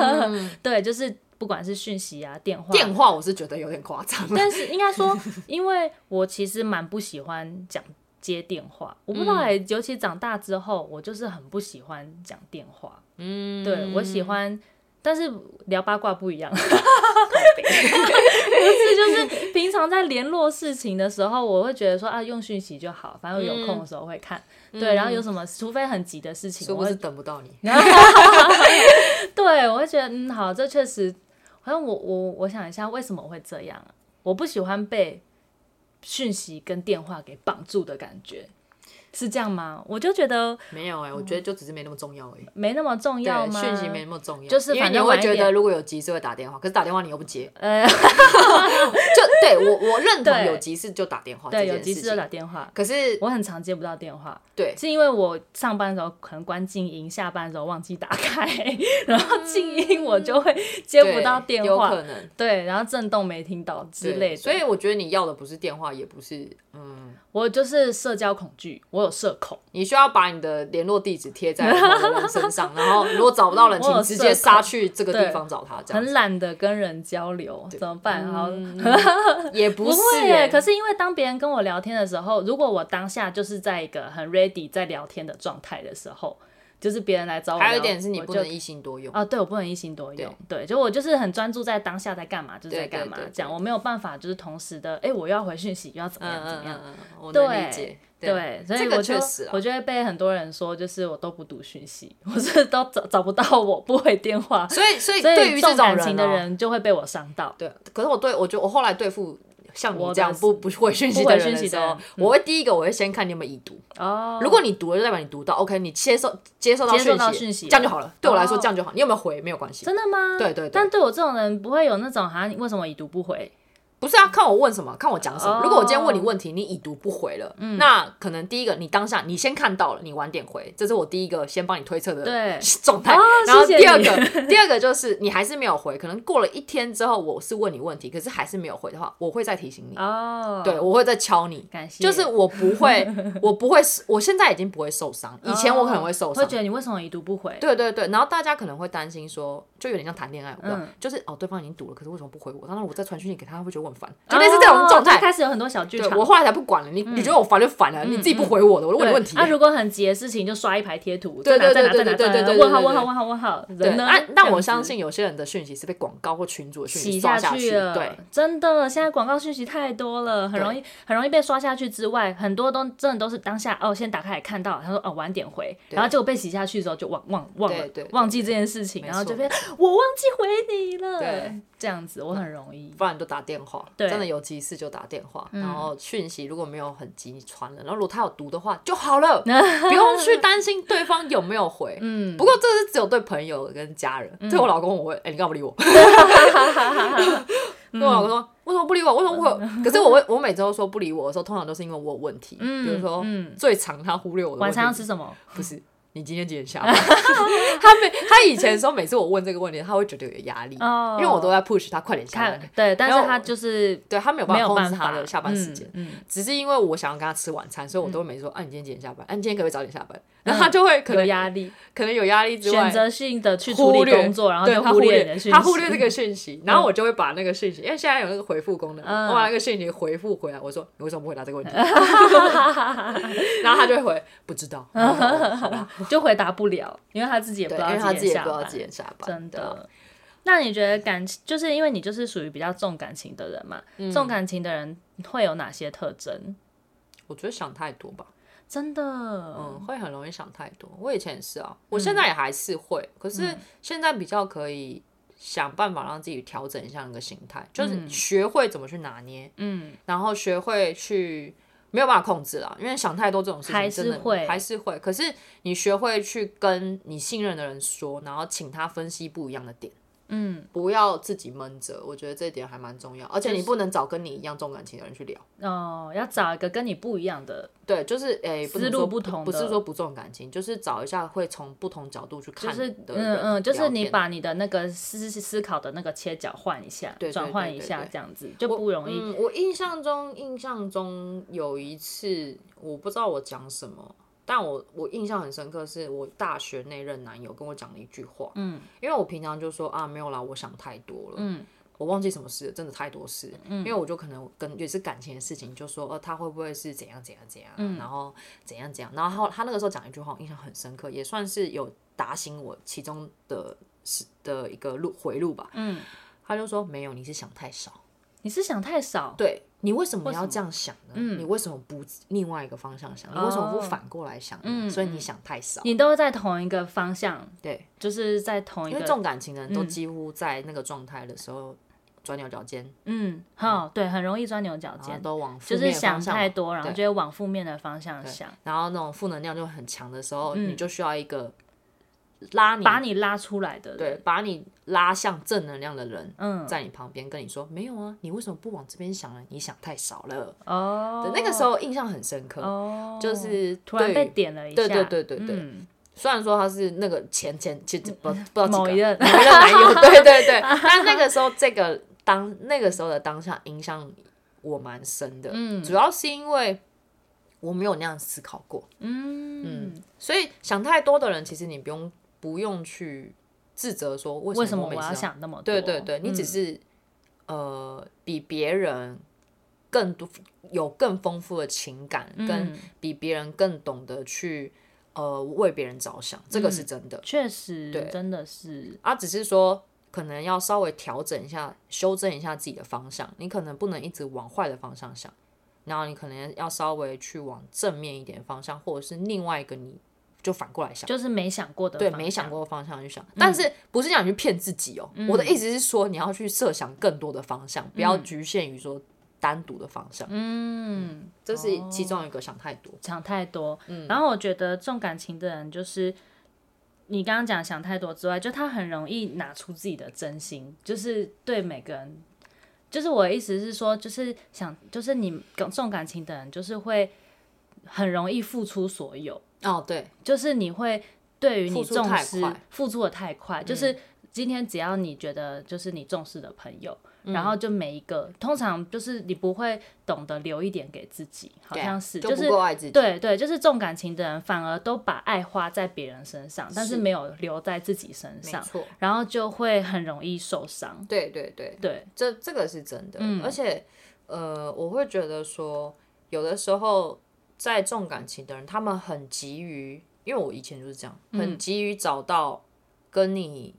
Speaker 2: 对，就是不管是讯息啊、嗯电话。
Speaker 1: 电话我是觉得有点夸张。
Speaker 2: 但是应该说，因为我其实蛮不喜欢讲接电话，我不知道、欸，尤其长大之后，我就是很不喜欢讲电话。嗯，对我喜欢，但是聊八卦不一样。 不是，就是平常在联络事情的时候，我会觉得说啊，用讯息就好，反正有空的时候会看。对，然后有什么，除非很急的事情，
Speaker 1: 是
Speaker 2: 我
Speaker 1: 不
Speaker 2: 会
Speaker 1: 是等不到你？
Speaker 2: 对，我会觉得嗯，好，这确实，好像我我我想一下，为什么我会这样啊？我不喜欢被讯息跟电话给绑住的感觉，是这样吗？我就觉得
Speaker 1: 没有哎、我觉得就只是没那么重要而已。
Speaker 2: 没那么重嗯要
Speaker 1: 对，
Speaker 2: 吗？
Speaker 1: 讯息没那么重要，
Speaker 2: 就是
Speaker 1: 因为
Speaker 2: 反
Speaker 1: 你
Speaker 2: 正
Speaker 1: 会
Speaker 2: 晚一
Speaker 1: 觉
Speaker 2: 点
Speaker 1: 得如果有急事会打电话，可是打电话你又不接，
Speaker 2: 呃，
Speaker 1: 就对我我认同
Speaker 2: 对
Speaker 1: 有急事就打电话这
Speaker 2: 对，有
Speaker 1: 件
Speaker 2: 急
Speaker 1: 事
Speaker 2: 事就
Speaker 1: 情。
Speaker 2: 打电话。
Speaker 1: 可是
Speaker 2: 我很常接不到电话，
Speaker 1: 对，
Speaker 2: 是因为我上班的时候可能关静音，下班的时候忘记打开， 然后静音我就会接不
Speaker 1: 嗯对
Speaker 2: 到电
Speaker 1: 有
Speaker 2: 话，
Speaker 1: 可能
Speaker 2: 对，然后震动没听到 之
Speaker 1: 对
Speaker 2: 类的，
Speaker 1: 所以我觉得你要的不是电话，也不是嗯，
Speaker 2: 我就是社交恐惧，我有社恐。
Speaker 1: 你需要把你的联络地址贴在某个人身上，然后如果找不到人，
Speaker 2: 我有
Speaker 1: 请直接
Speaker 2: 社恐
Speaker 1: 杀去这个
Speaker 2: 对
Speaker 1: 地方找他，这样
Speaker 2: 很懒得跟人交流，怎么办？好，
Speaker 1: 也嗯不是
Speaker 2: 会
Speaker 1: 欸
Speaker 2: 耶。可是因为当别人跟我聊天的时候，如果我当下就是在一个很 ready 在聊天的状态的时候，就是别人来找我聊，
Speaker 1: 还有一点是你
Speaker 2: 我
Speaker 1: 不
Speaker 2: 就
Speaker 1: 能一心多用。
Speaker 2: 啊，对我不能一心多用，对，就我就是很专注在当下在干嘛，就是在
Speaker 1: 对对
Speaker 2: 干嘛
Speaker 1: 对对
Speaker 2: 这样，我没有办办法就是同时的，哎，我又要回讯息，又要怎么
Speaker 1: 嗯
Speaker 2: 样怎
Speaker 1: 嗯
Speaker 2: 么
Speaker 1: 嗯
Speaker 2: 样。
Speaker 1: 嗯，我
Speaker 2: 对
Speaker 1: 能理解。
Speaker 2: 对，所以
Speaker 1: 这个
Speaker 2: 我就
Speaker 1: 确实啊
Speaker 2: 我就会被很多人说，就是我都不读讯息， 我是都找找不到我，不回 电话，
Speaker 1: 所以所以
Speaker 2: 所
Speaker 1: 对
Speaker 2: 以
Speaker 1: 于
Speaker 2: 重
Speaker 1: 这种
Speaker 2: 感情的
Speaker 1: 哦
Speaker 2: 人就会被我伤到。
Speaker 1: 对，可是我对我觉得我后来对付像
Speaker 2: 我
Speaker 1: 你
Speaker 2: 的
Speaker 1: 这样不不回讯息
Speaker 2: 不回
Speaker 1: 的人
Speaker 2: 讯息
Speaker 1: 的时
Speaker 2: 的人
Speaker 1: 候，我会第一个我会先看你有没有已读。
Speaker 2: 哦，
Speaker 1: 如果你读了，就代表你读到，OK，你接受接受到
Speaker 2: 接受
Speaker 1: 讯
Speaker 2: 到
Speaker 1: 息，
Speaker 2: 讯息
Speaker 1: 这样就好了。对我来说
Speaker 2: 哦
Speaker 1: 这样就好，你有没有回没有关系，
Speaker 2: 真的吗？
Speaker 1: 对对对
Speaker 2: 啊但对我这种人不会有那种好像你为什么已读不回？
Speaker 1: 不不是啊，看我问什么，看我讲什么。如果我今天问你
Speaker 2: 哦嗯
Speaker 1: 问题，你已读不回了，那可能第一个你当下你先看到了，你晚点回，这是我第一个先帮你推测的
Speaker 2: 对
Speaker 1: 状态
Speaker 2: 哦。
Speaker 1: 然后
Speaker 2: 谢谢
Speaker 1: 第二
Speaker 2: 你
Speaker 1: 个，第二个就是你还是没有回，可能过了一天之后，我是问你问题，可是还是没有回的话，我会再提醒你，
Speaker 2: 哦，
Speaker 1: 对，我会再敲你。
Speaker 2: 感谢，
Speaker 1: 就是我不会，我不会，我现在已经不会受伤，以前我可能会受
Speaker 2: 哦
Speaker 1: 伤
Speaker 2: 会，觉得你为什么已读不回？
Speaker 1: 对对对，然后大家可能会担心说，就有点像谈恋爱，我不知道
Speaker 2: 嗯
Speaker 1: 就是哦，对方已经赌了，可是为什么不回我？当然我再传讯息给他，他会觉得我很烦，就类似这种
Speaker 2: 哦
Speaker 1: 状态
Speaker 2: 就。开始有很多小剧
Speaker 1: 对
Speaker 2: 场。
Speaker 1: 我后来才不管了，你你觉得我烦就烦了，你自己不回我的，我问你
Speaker 2: 嗯对
Speaker 1: 问题。
Speaker 2: 啊，如果很急的事情，就刷一排贴图，
Speaker 1: 对对
Speaker 2: 在哪
Speaker 1: 对
Speaker 2: 在
Speaker 1: 对对
Speaker 2: 哪在哪在哪
Speaker 1: 对对对
Speaker 2: 问号
Speaker 1: 对
Speaker 2: 问号问号问号，
Speaker 1: 对，
Speaker 2: 人呢
Speaker 1: 啊？但我
Speaker 2: 这样
Speaker 1: 相
Speaker 2: 子
Speaker 1: 信有些人的讯息是被广告或群主的讯息
Speaker 2: 洗
Speaker 1: 刷
Speaker 2: 去
Speaker 1: 去，
Speaker 2: 了，
Speaker 1: 对，，
Speaker 2: 真的，现在广告讯息太多了，很容易很容易被刷下去。之外，很多都真的都是当下哦，先打开来看到，他说哦晚点回，
Speaker 1: 对
Speaker 2: 然后结果被洗下去之后就忘忘忘了
Speaker 1: 对对对
Speaker 2: 忘记这件事情，
Speaker 1: 没
Speaker 2: 然后就
Speaker 1: 错
Speaker 2: 被我忘记回你了
Speaker 1: 对，
Speaker 2: 这样子我很容易
Speaker 1: 不然你就打电话，
Speaker 2: 对嗯
Speaker 1: 真的有急事就打电话，然后讯息如果没有很急你传了，然后如果他有读的话就好 了，不用去担心对方有没有回。嗯，不过这是只有对朋友跟家人，
Speaker 2: 嗯
Speaker 1: 对我老公我会，哎、你干嘛不理我？对啊我老
Speaker 2: 嗯
Speaker 1: 公说为什么不理我？为什么不回我？可是我会，我每周说不理我的时候，通常都是因为我有问题，比如说、最常他忽略我的问
Speaker 2: 嗯晚
Speaker 1: 题
Speaker 2: 餐要吃什么？
Speaker 1: 不是。你今天几点下 班？ 他每他以前说，每次我问这个问题，他会觉得有压力
Speaker 2: 哦
Speaker 1: 因为我都在 push 他快点下
Speaker 2: 看
Speaker 1: 班。
Speaker 2: 对，但
Speaker 1: 然
Speaker 2: 是
Speaker 1: 后
Speaker 2: 他就是
Speaker 1: 对他没有
Speaker 2: 没
Speaker 1: 办法
Speaker 2: 有
Speaker 1: 控
Speaker 2: 办
Speaker 1: 制他
Speaker 2: 法
Speaker 1: 的下班时间，
Speaker 2: 嗯，嗯嗯
Speaker 1: 只是因为我想要跟他吃晚餐，所以我都会每次说，啊，你今天几点下班？啊，你今天可不可以早点下班？然后他就会可
Speaker 2: 有
Speaker 1: 能
Speaker 2: 压力，
Speaker 1: 可能有压力之
Speaker 2: 选
Speaker 1: 外，
Speaker 2: 择性的去处
Speaker 1: 忽
Speaker 2: 理
Speaker 1: 略
Speaker 2: 工作，然后
Speaker 1: 对
Speaker 2: 就
Speaker 1: 他
Speaker 2: 略你
Speaker 1: 略
Speaker 2: 的讯息，
Speaker 1: 他忽略这个讯息，然后我就会把那个讯息，因为现在有那个回复功能，
Speaker 2: 嗯
Speaker 1: 我把那个讯息回复回来，我说你为什么不回答这个 问题？ 然后他就会回不知 道，然后我说好吧，
Speaker 2: 就回答不了，因为他自己也不
Speaker 1: 对，
Speaker 2: 知
Speaker 1: 因
Speaker 2: 道
Speaker 1: 为他自己也
Speaker 2: 下
Speaker 1: 不知道
Speaker 2: 班
Speaker 1: 几点下班，
Speaker 2: 真
Speaker 1: 对啊。
Speaker 2: 的。那你觉得感情，就是因为你就是属于比较重感情的人嘛？重感情的人会有哪些特征？
Speaker 1: 我觉得想太多吧，
Speaker 2: 真的，
Speaker 1: 嗯，会很容易想太多。我以前也是啊，
Speaker 2: 嗯
Speaker 1: 我现在也还是会，可是现在比较可以想办法让自己调整一下那个心态，
Speaker 2: 嗯
Speaker 1: 就是学会怎么去拿捏，嗯，然后学会去没有办法控制啦，因为想太多这种事
Speaker 2: 还
Speaker 1: 情
Speaker 2: 是
Speaker 1: 真的
Speaker 2: 会
Speaker 1: 还是会。可是你学会去跟你信任的人说，然后请他分析不一样的点。嗯，不要自己闷着，我觉得这一点还蛮重要。而且你不能找跟你一样重感情的人去聊。
Speaker 2: 哦，要找一个跟你不一样的，
Speaker 1: 对，就是诶，不
Speaker 2: 思
Speaker 1: 能
Speaker 2: 路
Speaker 1: 说
Speaker 2: 不同
Speaker 1: 不
Speaker 2: 的
Speaker 1: 是说不重感情，就是找一下会从不同角度去
Speaker 2: 就
Speaker 1: 看的
Speaker 2: 是
Speaker 1: 人
Speaker 2: 嗯嗯，就是
Speaker 1: 聊
Speaker 2: 你
Speaker 1: 天
Speaker 2: 把你的那个思思考的那个切角换一下
Speaker 1: 对，对
Speaker 2: 转换
Speaker 1: 对
Speaker 2: 一
Speaker 1: 对
Speaker 2: 下，
Speaker 1: 对
Speaker 2: 这样子就不容易。
Speaker 1: 嗯，我印象中，印象中有一次，我不知道我讲什么，但我我印象很深刻，是我大学那任男友跟我讲了一句话，嗯，因为我平常就说啊，没有啦，我想太多了，嗯。我忘记什么事了，真的太多事了，因为我就可能跟也是感情的事情，就说呃他会不会是怎样怎样怎样，然后怎样怎样，然后他那个时候讲一句话，我印象很深刻，也算是有打醒我其中的是的一个路回路吧。嗯，他就说没有，你是想太少。
Speaker 2: 你是想太少，
Speaker 1: 对你为什么要这样想呢？你为什么不另外一个方向想？你为什么不
Speaker 2: 嗯哦嗯
Speaker 1: 反过来想呢？所以你想太少。
Speaker 2: 你都在同一个方向，
Speaker 1: 对，
Speaker 2: 就是在同一
Speaker 1: 因为
Speaker 2: 个，
Speaker 1: 重感情的人
Speaker 2: 嗯
Speaker 1: 都几乎在那个状态的时候钻牛角尖，
Speaker 2: 嗯，好，对，很容易钻牛角
Speaker 1: 然后
Speaker 2: 尖，
Speaker 1: 都往
Speaker 2: 就
Speaker 1: 负
Speaker 2: 是
Speaker 1: 面的
Speaker 2: 想
Speaker 1: 方向
Speaker 2: 太。多，然后
Speaker 1: 对
Speaker 2: 就会往负面的方向
Speaker 1: 对
Speaker 2: 想，嗯
Speaker 1: 然后那种负能量就很强的时候，你就需要一个拉你
Speaker 2: 把你拉出来的人，
Speaker 1: 对把你拉向正能量的人。
Speaker 2: 嗯，
Speaker 1: 在你旁边跟你说没有啊，你为什么不往这边想呢？你想太少了。
Speaker 2: 哦
Speaker 1: 对，，那个时候印象很深刻，
Speaker 2: 哦，
Speaker 1: 就是
Speaker 2: 突然
Speaker 1: 对
Speaker 2: 被
Speaker 1: 于
Speaker 2: 点了一下，
Speaker 1: 对对对对对，
Speaker 2: 嗯
Speaker 1: 虽然说他是那个前前前不不知道几个
Speaker 2: 某一任
Speaker 1: 某一任男友，对对对，但那个时候这个当那个时候的当下影响我蛮深的，嗯，主要是因为我没有那样思考过，
Speaker 2: 嗯
Speaker 1: 所以想太多的人，其实你不用不用去自责说为
Speaker 2: 为
Speaker 1: 什
Speaker 2: 什么
Speaker 1: 我每
Speaker 2: 我
Speaker 1: 次
Speaker 2: 要
Speaker 1: 要，
Speaker 2: 想那么多？嗯
Speaker 1: 对对对，你只是、呃比别人更多有更丰富的情感，跟
Speaker 2: 嗯
Speaker 1: 比别人更懂得去呃为别人着想，这个
Speaker 2: 嗯
Speaker 1: 是真的。
Speaker 2: 确实
Speaker 1: 对
Speaker 2: 真的是
Speaker 1: 啊，只是说可能要稍微调整一下，修正一下自己的方向。你可能不能一直往坏的方向想，然后你可能要稍微去往正面一点的方向，或者是另外一个你就反过来想。
Speaker 2: 就是没想过的，
Speaker 1: 对，没想。过的方向去嗯想，但是不是讲你去骗自己哦？我的意思是说，你要去设想更多的方向，不要局限于说单独的方向。
Speaker 2: 嗯，
Speaker 1: 这是其中一个想太多。
Speaker 2: 想太多。
Speaker 1: 嗯
Speaker 2: 然后我觉得重感情的人就是。你刚刚讲想太多之外，就他很容易拿出自己的真心，就是对每个人，就是我的意思是说，就是想，就是你重感情的人，就是会很容易付出所有，
Speaker 1: 哦，对，
Speaker 2: 就是你会对于你
Speaker 1: 付出
Speaker 2: 重
Speaker 1: 太
Speaker 2: 视
Speaker 1: 快嗯
Speaker 2: 付出的太快，就是今天只要你觉得就是你重视的朋友，
Speaker 1: 嗯
Speaker 2: 然后就每一个通常就是你不会懂得留一点给自己，好
Speaker 1: 对啊
Speaker 2: 像是
Speaker 1: 就
Speaker 2: 就是
Speaker 1: 不够爱自己，
Speaker 2: 对对，就是重感情的人反而都把爱花在别人身上，但是
Speaker 1: 是
Speaker 2: 没有留在自己身
Speaker 1: 没
Speaker 2: 上，
Speaker 1: 错，
Speaker 2: 然后就会很容易受伤。
Speaker 1: 对对对，
Speaker 2: 对，
Speaker 1: 这这个是真的，
Speaker 2: 嗯
Speaker 1: 而且呃，我会觉得说，有的时候在重感情的人，他们很急于，因为我以前就是这样，
Speaker 2: 嗯
Speaker 1: 很急于找到跟你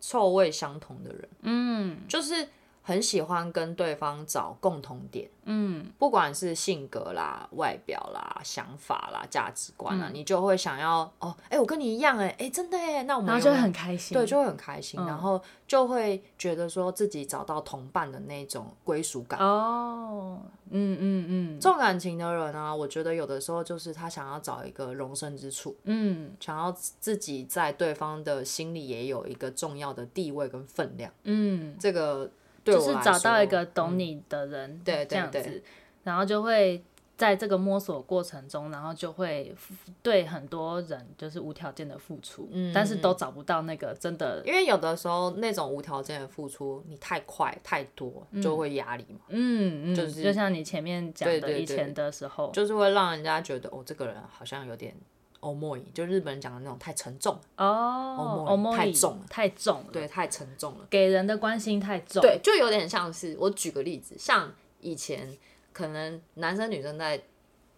Speaker 1: 臭味相同的人，嗯，就是很喜欢跟对方找共同点，嗯，不管是性格啦、外表啦、想法啦、价值观
Speaker 2: 嗯
Speaker 1: 啦，你就会想要哦，哎、我跟你一样、哎，哎，真的哎、那我们
Speaker 2: 然后
Speaker 1: 有
Speaker 2: 就
Speaker 1: 没
Speaker 2: 会
Speaker 1: 有
Speaker 2: 很开心。嗯
Speaker 1: 对，就会很开心，然后就会觉得说自己找到同伴的那种归属
Speaker 2: 嗯
Speaker 1: 感。
Speaker 2: 哦，嗯嗯嗯
Speaker 1: 重感情的人啊，我觉得有的时候就是他想要找一个容身之处，
Speaker 2: 嗯
Speaker 1: 想要自己在对方的心里也有一个重要的地位跟分量。
Speaker 2: 嗯，
Speaker 1: 这个对
Speaker 2: 就
Speaker 1: 我
Speaker 2: 是
Speaker 1: 来
Speaker 2: 找到
Speaker 1: 说嗯
Speaker 2: 一个懂你的人，
Speaker 1: 对
Speaker 2: 这
Speaker 1: 对
Speaker 2: 样
Speaker 1: 对
Speaker 2: 子，然后就会。在这个摸索过程中，然后就会对很多人就是无条件的付出，
Speaker 1: 嗯
Speaker 2: 但是都找不到那个真的，
Speaker 1: 因为有的时候那种无条件的付出，你太快太多就会压力嘛，
Speaker 2: 嗯嗯，
Speaker 1: 就
Speaker 2: 就是像你前面讲
Speaker 1: 对
Speaker 2: 的，
Speaker 1: 对
Speaker 2: 以
Speaker 1: 对
Speaker 2: 前的时候，
Speaker 1: 就是会让人家觉得哦，这个人好像有点 o m 就日本人讲的那种太沉重了，
Speaker 2: 哦，
Speaker 1: 欧莫里
Speaker 2: 莫
Speaker 1: 太
Speaker 2: 里
Speaker 1: 重了
Speaker 2: 太重了，
Speaker 1: 对，太沉重了。
Speaker 2: 给人的关心太重，
Speaker 1: 对，就有点像是我举个例子，像以前可能男生女生在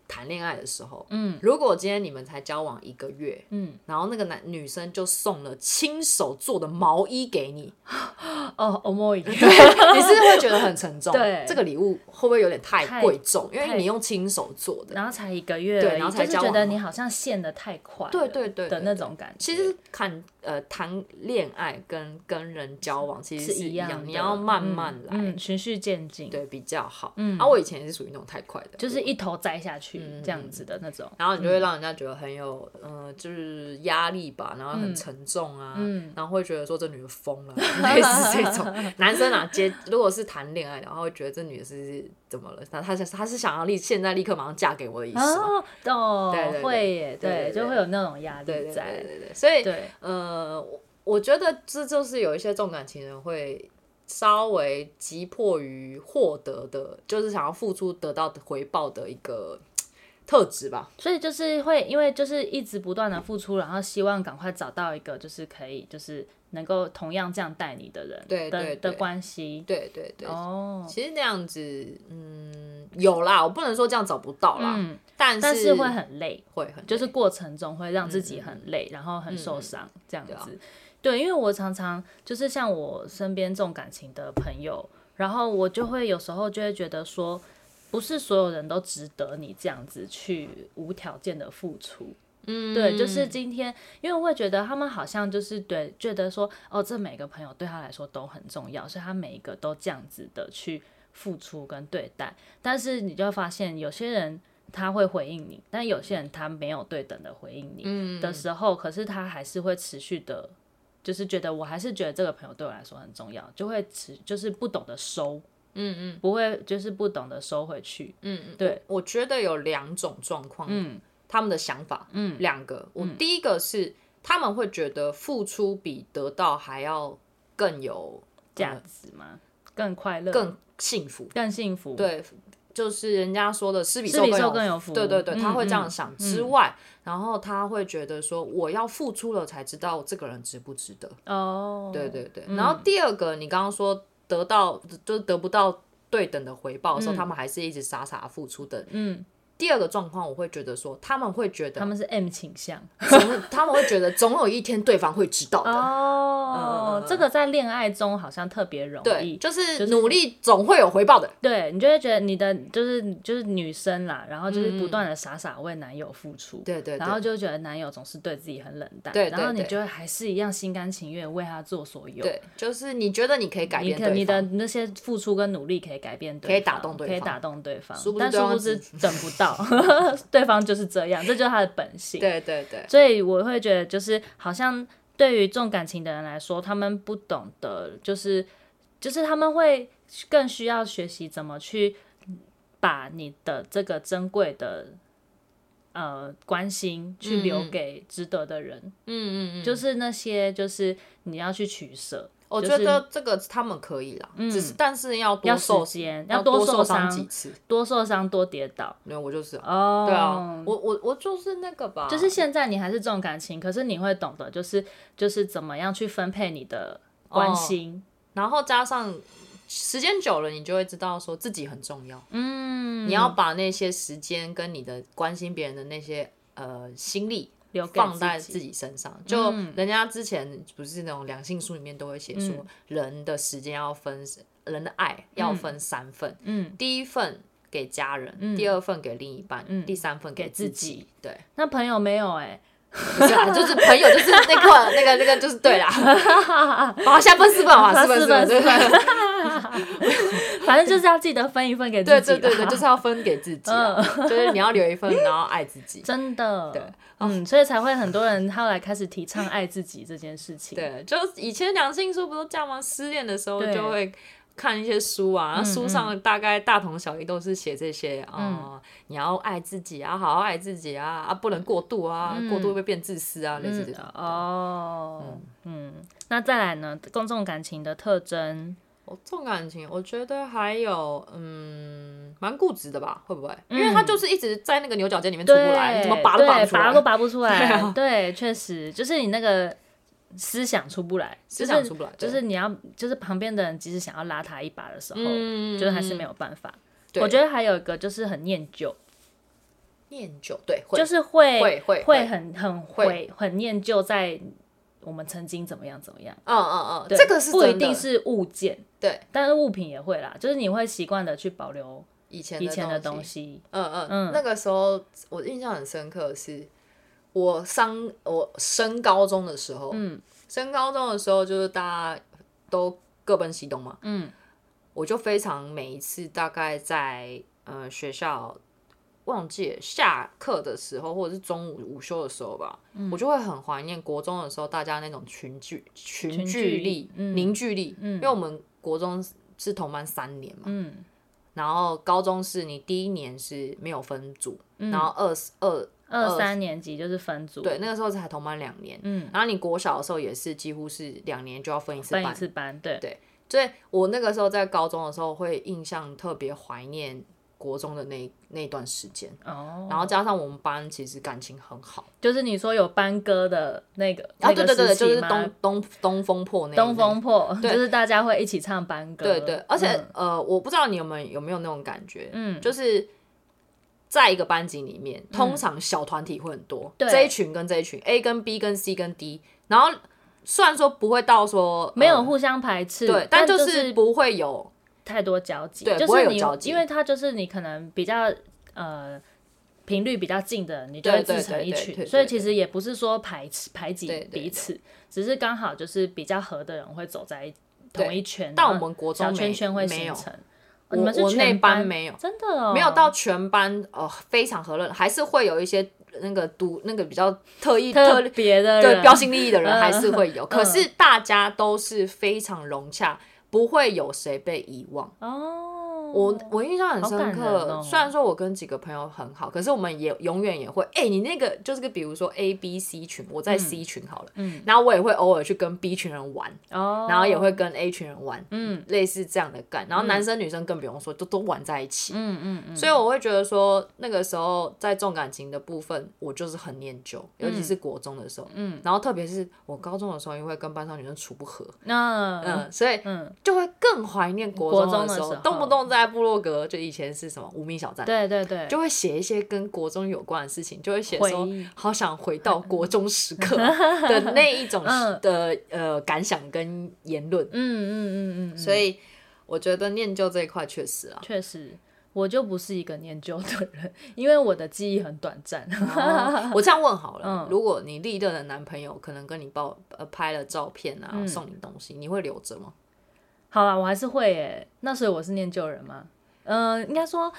Speaker 1: 谈恋爱的时候，嗯，如果今天你们才交往一个月，
Speaker 2: 嗯，
Speaker 1: 然后那个男女生就送了亲手做的毛衣给 你，
Speaker 2: 哦，欧莫里，
Speaker 1: 你是会觉得很沉重，
Speaker 2: 对
Speaker 1: 这个礼物会不会有点太
Speaker 2: 太
Speaker 1: 贵重？因
Speaker 2: 太
Speaker 1: 为你用亲手做的，
Speaker 2: 然后才一个月而已，
Speaker 1: 对然后才
Speaker 2: 就是
Speaker 1: 交
Speaker 2: 觉得
Speaker 1: 往
Speaker 2: 你好像陷得太快了，
Speaker 1: 对对对
Speaker 2: 的
Speaker 1: 对
Speaker 2: 那
Speaker 1: 对
Speaker 2: 种感觉，
Speaker 1: 其实看呃谈恋爱跟呃跟人交往其实
Speaker 2: 是
Speaker 1: 一
Speaker 2: 样的，
Speaker 1: 你要慢慢
Speaker 2: 嗯
Speaker 1: 来，
Speaker 2: 嗯，循序渐进，，
Speaker 1: 对比较好。嗯，啊，我以前也是属于那种太快的，
Speaker 2: 就是一头栽下去
Speaker 1: 嗯
Speaker 2: 这样子的那种，
Speaker 1: 然后你就会让人家觉得很有，嗯、呃，就是压力吧，然后
Speaker 2: 嗯
Speaker 1: 很沉重啊，然后会觉得说这女的疯了，类似这种。男生啊，接如果是谈恋爱的话，会觉得这女的是怎么了？她她是她是想要立现在立刻马上嫁给我的意思吗？
Speaker 2: 哦，
Speaker 1: 对对对
Speaker 2: 懂，会耶，
Speaker 1: 对对对
Speaker 2: 就会有那种压
Speaker 1: 对
Speaker 2: 力
Speaker 1: 对对
Speaker 2: 在，
Speaker 1: 对对，所以
Speaker 2: 对，
Speaker 1: 呃，我我觉得这就是有一些重感情人会。稍微急迫于获得的，就是想要付出得到的回报的一个特质吧。
Speaker 2: 所以就是会因为就是一直不断的付出，然后希望赶快找到一个就是可以就是能够同样这样带你的人，
Speaker 1: 对
Speaker 2: 的
Speaker 1: 对
Speaker 2: 的
Speaker 1: 对
Speaker 2: 关系，
Speaker 1: 对对对，
Speaker 2: 哦，
Speaker 1: 其实那样子，嗯，有啦，我不能说这样找不到啦，
Speaker 2: 嗯，
Speaker 1: 但是
Speaker 2: 但是嗯会很累，
Speaker 1: 会很
Speaker 2: 就是过程中会让自己很累，然后很受伤、这样子。
Speaker 1: 对啊
Speaker 2: 嗯对，因为我常常就是像我身边重感情的朋友，然后我就会有时候就会觉得说，不是所有人都值得你这样子去无条件的付出。嗯，对，就是今天，因为我会觉得他们好像就是对，觉得说，哦，这每个朋友对他来说都很重要，所以他每一个都这样子的去付出跟对待。但是你就会发现，有些人他会回应你，但有些人他没有对等的回应
Speaker 1: 嗯
Speaker 2: 你的时候，可是他还是会持续的，就是觉得我还是觉得这个朋友对我来说很重要，就会持就是不懂得收，嗯嗯，不会就是不懂得收回去，嗯对，
Speaker 1: 我觉得有两种状况，嗯，他们的想法，嗯，两个，我第一个是他们会觉得付出比得到还要更有
Speaker 2: 价值嘛，更快乐，
Speaker 1: 更幸福，
Speaker 2: 更幸福，，
Speaker 1: 对，就是人家说的施比
Speaker 2: 是
Speaker 1: 受
Speaker 2: 比
Speaker 1: 更
Speaker 2: 受
Speaker 1: 有
Speaker 2: 更有福，
Speaker 1: 对对对，
Speaker 2: 嗯
Speaker 1: 他会这样
Speaker 2: 嗯
Speaker 1: 想。之外，然后他会觉得说，我要付出了才知道这个人值不值得。
Speaker 2: 哦，
Speaker 1: 对对对。然后第二个，你刚刚说得到就是得不到对等的回报的时候，他们还是一直傻傻付出的。
Speaker 2: 嗯，
Speaker 1: 第二个状况，我会觉得说，他们会觉
Speaker 2: 他
Speaker 1: 得
Speaker 2: 们是 M 倾 向，
Speaker 1: 总，他们会觉得总有一天对方会知道
Speaker 2: 啊
Speaker 1: 的。
Speaker 2: 哦，这个在恋爱中好像特别容易
Speaker 1: 对，，就
Speaker 2: 就是
Speaker 1: 是努力总会有回报的。
Speaker 2: 对你就会觉得你的就是就是女生啦，然后就是不断的傻傻为男友付出，
Speaker 1: 嗯对对
Speaker 2: 然后
Speaker 1: 对
Speaker 2: 就觉得男友总是对自己很冷淡，
Speaker 1: 对对
Speaker 2: 然后你
Speaker 1: 对
Speaker 2: 就会还是一样心甘情愿为他做所有，
Speaker 1: 对，就是你觉得你可以改
Speaker 2: 你
Speaker 1: 变
Speaker 2: 可你
Speaker 1: 对
Speaker 2: 的
Speaker 1: 方，
Speaker 2: 那些付出跟努力可以改变对方，
Speaker 1: 可以打动对
Speaker 2: 可以
Speaker 1: 方
Speaker 2: 打动对方，
Speaker 1: 殊不知
Speaker 2: 但
Speaker 1: 对
Speaker 2: 殊
Speaker 1: 方
Speaker 2: 不知等不到， 对方就是这样，这就是他的本性，
Speaker 1: 对对对，
Speaker 2: 所以我会觉得，就是好像对于重感情的人来说，他们不懂得，就是就是他们会更需要学习怎么去把你的这个珍贵的呃关心去留给值得的人，
Speaker 1: 嗯嗯嗯，
Speaker 2: 就是那些就是你要去取舍，
Speaker 1: 我
Speaker 2: 就
Speaker 1: 觉
Speaker 2: 是嗯
Speaker 1: 得这个他们可以啦，只是但是要多
Speaker 2: 要时
Speaker 1: 受
Speaker 2: 间，
Speaker 1: 要
Speaker 2: 多
Speaker 1: 受
Speaker 2: 伤
Speaker 1: 几次。
Speaker 2: 多受伤，多跌倒。
Speaker 1: 没有，我就是啊，
Speaker 2: 哦，
Speaker 1: 对啊，我我我就是那个吧，
Speaker 2: 就是现在你还是重感情，可是你会懂得，就是就是怎么样去分配你的
Speaker 1: 哦
Speaker 2: 关心。
Speaker 1: 然后加上时间久了，你就会知道说自己很重要。
Speaker 2: 嗯，
Speaker 1: 你要把那些时间跟你的关心别人的那些呃心力
Speaker 2: 留给
Speaker 1: 放在
Speaker 2: 自
Speaker 1: 自
Speaker 2: 己。嗯
Speaker 1: 己身上。就人家之前不是那种两性书里面都会写说，人的时间要分，人的爱要分三份，
Speaker 2: 嗯，
Speaker 1: 第一份给家人，第二份给另一半，第三份
Speaker 2: 给
Speaker 1: 自
Speaker 2: 自己。
Speaker 1: 对，
Speaker 2: 那朋友没有哎、
Speaker 1: 不 是啊，就是朋友，就是那个那个那个，就是对啦。好，下分四份啊，四份四份，
Speaker 2: 四
Speaker 1: 对
Speaker 2: 份反正就是要记得分一份给自己
Speaker 1: 对
Speaker 2: 啦。
Speaker 1: 对对 对，就是要分给自己啊， 就是你要留一份，然后爱自 己。
Speaker 2: 真的。
Speaker 1: 对，
Speaker 2: 嗯，所以才会很多人后来开始提倡爱自己这件事情。，
Speaker 1: 对，就以前两性书不都这样吗？失恋的时候
Speaker 2: 对
Speaker 1: 就会看一些书啊，那书上大概大同小异，都是写这些啊、哦你要爱自己啊，好好爱自己啊，啊，不能过度啊，过度会变自私啊，类似这种。
Speaker 2: 哦，嗯，那再来呢？公众感情的特征，
Speaker 1: 我重感情，我觉得还有嗯，蛮固执的吧，会不会？因为他就是一直在那个牛角尖里面出不来，
Speaker 2: 对
Speaker 1: 怎么拔都拔不
Speaker 2: 对
Speaker 1: 出
Speaker 2: 拔都
Speaker 1: 来，
Speaker 2: 拔不出
Speaker 1: 对
Speaker 2: 来
Speaker 1: 啊。
Speaker 2: 对，确实就是你那个思想出不来，
Speaker 1: 思
Speaker 2: 思
Speaker 1: 想出不来，
Speaker 2: 就
Speaker 1: 对
Speaker 2: 是你要，就是旁边的人即使想要拉他一把的时候，
Speaker 1: 嗯，
Speaker 2: 就是还是没
Speaker 1: 有
Speaker 2: 有办法。
Speaker 1: 对
Speaker 2: 我觉得还有一个就是很念旧，
Speaker 1: 念旧，对，会
Speaker 2: 就是会
Speaker 1: 会会
Speaker 2: 会
Speaker 1: 会
Speaker 2: 很很
Speaker 1: 会
Speaker 2: 会很念旧，在我们曾经怎么样怎么样。
Speaker 1: 嗯嗯嗯，
Speaker 2: 对
Speaker 1: 这个是
Speaker 2: 不一
Speaker 1: 真的
Speaker 2: 定是物件，
Speaker 1: 对
Speaker 2: 但是物品也会啦，就是你会习惯的去保留
Speaker 1: 以前
Speaker 2: 以前的东
Speaker 1: 西。
Speaker 2: 西。
Speaker 1: 嗯嗯，
Speaker 2: 嗯
Speaker 1: 嗯，那个时候我印象很深刻的是，我上我升高中的时候，
Speaker 2: 嗯
Speaker 1: 升高中的时候就是大家都各奔西东嘛，
Speaker 2: 嗯
Speaker 1: 我就非常每一次大概在呃学校忘记了下课的时候，或者是中午午休的时候吧，
Speaker 2: 嗯
Speaker 1: 我就会很怀念国中的时候大家那种群聚群
Speaker 2: 群
Speaker 1: 聚
Speaker 2: 聚
Speaker 1: 力
Speaker 2: 力、嗯
Speaker 1: 凝聚力，
Speaker 2: 嗯
Speaker 1: 因为我们国中是同班三年嘛，
Speaker 2: 嗯，
Speaker 1: 然后高中是你第一年是没有分组，
Speaker 2: 嗯
Speaker 1: 然后二二
Speaker 2: 二三年级就是分组，
Speaker 1: 对，那个时候才同班两年，
Speaker 2: 嗯，
Speaker 1: 然后你国小的时候也是几乎是两年就要分一次
Speaker 2: 分
Speaker 1: 班
Speaker 2: 一，次班，对，
Speaker 1: 所以我那个时候在高中的时候会印象特别怀念国中的那那段时间，
Speaker 2: 哦，
Speaker 1: 然后加上我们班其实感情很好，
Speaker 2: 就是你说有班歌的那个，
Speaker 1: 啊
Speaker 2: 那
Speaker 1: 对
Speaker 2: 个
Speaker 1: 对对，
Speaker 2: 时期
Speaker 1: 就是
Speaker 2: 吗
Speaker 1: 东东东风破那
Speaker 2: 东风破，
Speaker 1: 对
Speaker 2: 就是大家会一起唱班歌，
Speaker 1: 对对，而且、
Speaker 2: 嗯
Speaker 1: 呃，我不知道你有没有有没有那种感觉，
Speaker 2: 嗯
Speaker 1: 就是在一个班级里面，通常小团体会很多，
Speaker 2: 对
Speaker 1: 这一群跟这一群，A 跟 B 跟 C 跟 D，然后虽然说不会到说
Speaker 2: 没有
Speaker 1: 呃
Speaker 2: 互相排斥，
Speaker 1: 对，但
Speaker 2: 但
Speaker 1: 就是不会有
Speaker 2: 太多交集，
Speaker 1: 对
Speaker 2: 就
Speaker 1: 不会
Speaker 2: 是
Speaker 1: 有
Speaker 2: 你
Speaker 1: 交，集
Speaker 2: 因为它就是你可能比较呃频率比较近的人，你就
Speaker 1: 对
Speaker 2: 会
Speaker 1: 对
Speaker 2: 自成
Speaker 1: 对
Speaker 2: 一
Speaker 1: 对
Speaker 2: 群，
Speaker 1: 对
Speaker 2: 所以
Speaker 1: 对
Speaker 2: 其实也不是说排斥排挤
Speaker 1: 对对
Speaker 2: 彼
Speaker 1: 对
Speaker 2: 此，只是刚好就是比较合的人会走在一
Speaker 1: 对
Speaker 2: 同一圈，
Speaker 1: 但我
Speaker 2: 然后
Speaker 1: 们国中
Speaker 2: 小
Speaker 1: 没
Speaker 2: 圈圈会
Speaker 1: 没
Speaker 2: 形
Speaker 1: 有
Speaker 2: 成。哦
Speaker 1: 我
Speaker 2: 你们是
Speaker 1: 我那
Speaker 2: 全
Speaker 1: 班没有
Speaker 2: 真的哦，
Speaker 1: 没有到全班呃非常和乐，还是会有一些那个独那个比较特意
Speaker 2: 特
Speaker 1: 特
Speaker 2: 别的
Speaker 1: 对
Speaker 2: 人
Speaker 1: 标新立异的人
Speaker 2: 嗯
Speaker 1: 还是会有，
Speaker 2: 嗯
Speaker 1: 可是大家都是非常融洽，不会有谁被遗忘。
Speaker 2: 哦，
Speaker 1: 我我印象很
Speaker 2: 好
Speaker 1: 深
Speaker 2: 感
Speaker 1: 刻，
Speaker 2: 人哦
Speaker 1: 虽然说我跟几个朋友很好，可是我们也永远也会，哎、你那个就是个，比如说 A、B、C 群，我在 C 群好了，
Speaker 2: 嗯
Speaker 1: 然后我也会偶尔去跟 B 群人玩，
Speaker 2: 哦，
Speaker 1: 然后也会跟 A 群人玩，
Speaker 2: 嗯
Speaker 1: 类似这样的干，然后男生女生更不用说，都都玩在一起，
Speaker 2: 嗯嗯嗯，
Speaker 1: 所以我会觉得说，那个时候在重感情的部分，我就是很念旧，尤其是国中的时候，
Speaker 2: 嗯，
Speaker 1: 然后特别是我高中的时候，因为跟班上女生处不和，
Speaker 2: 那
Speaker 1: 嗯，所以
Speaker 2: 嗯，
Speaker 1: 就会更怀念国
Speaker 2: 国
Speaker 1: 中
Speaker 2: 中
Speaker 1: 的
Speaker 2: 的
Speaker 1: 时候
Speaker 2: 时，候
Speaker 1: 动不动在部落格，就以前是什么无名小站，
Speaker 2: 对对对，
Speaker 1: 就会写一些跟国中有关的事情，就会写说
Speaker 2: 回忆
Speaker 1: 好想回到国中时 刻的那一种
Speaker 2: 嗯
Speaker 1: 的呃感想跟言论，
Speaker 2: 嗯嗯嗯嗯，
Speaker 1: 所
Speaker 2: 以
Speaker 1: 以我觉得念旧这一块确 实啊，
Speaker 2: 确实。我就不是一个念旧的人，因为我的记忆很短暂。
Speaker 1: 哦我这样问好了
Speaker 2: 嗯，
Speaker 1: 如果你历任的男朋友可能跟你报呃拍了照片啊，
Speaker 2: 嗯
Speaker 1: 送你东西，你会留着吗？
Speaker 2: 好啊啦，我还是会耶。那所以我是念旧人吗？嗯、应该说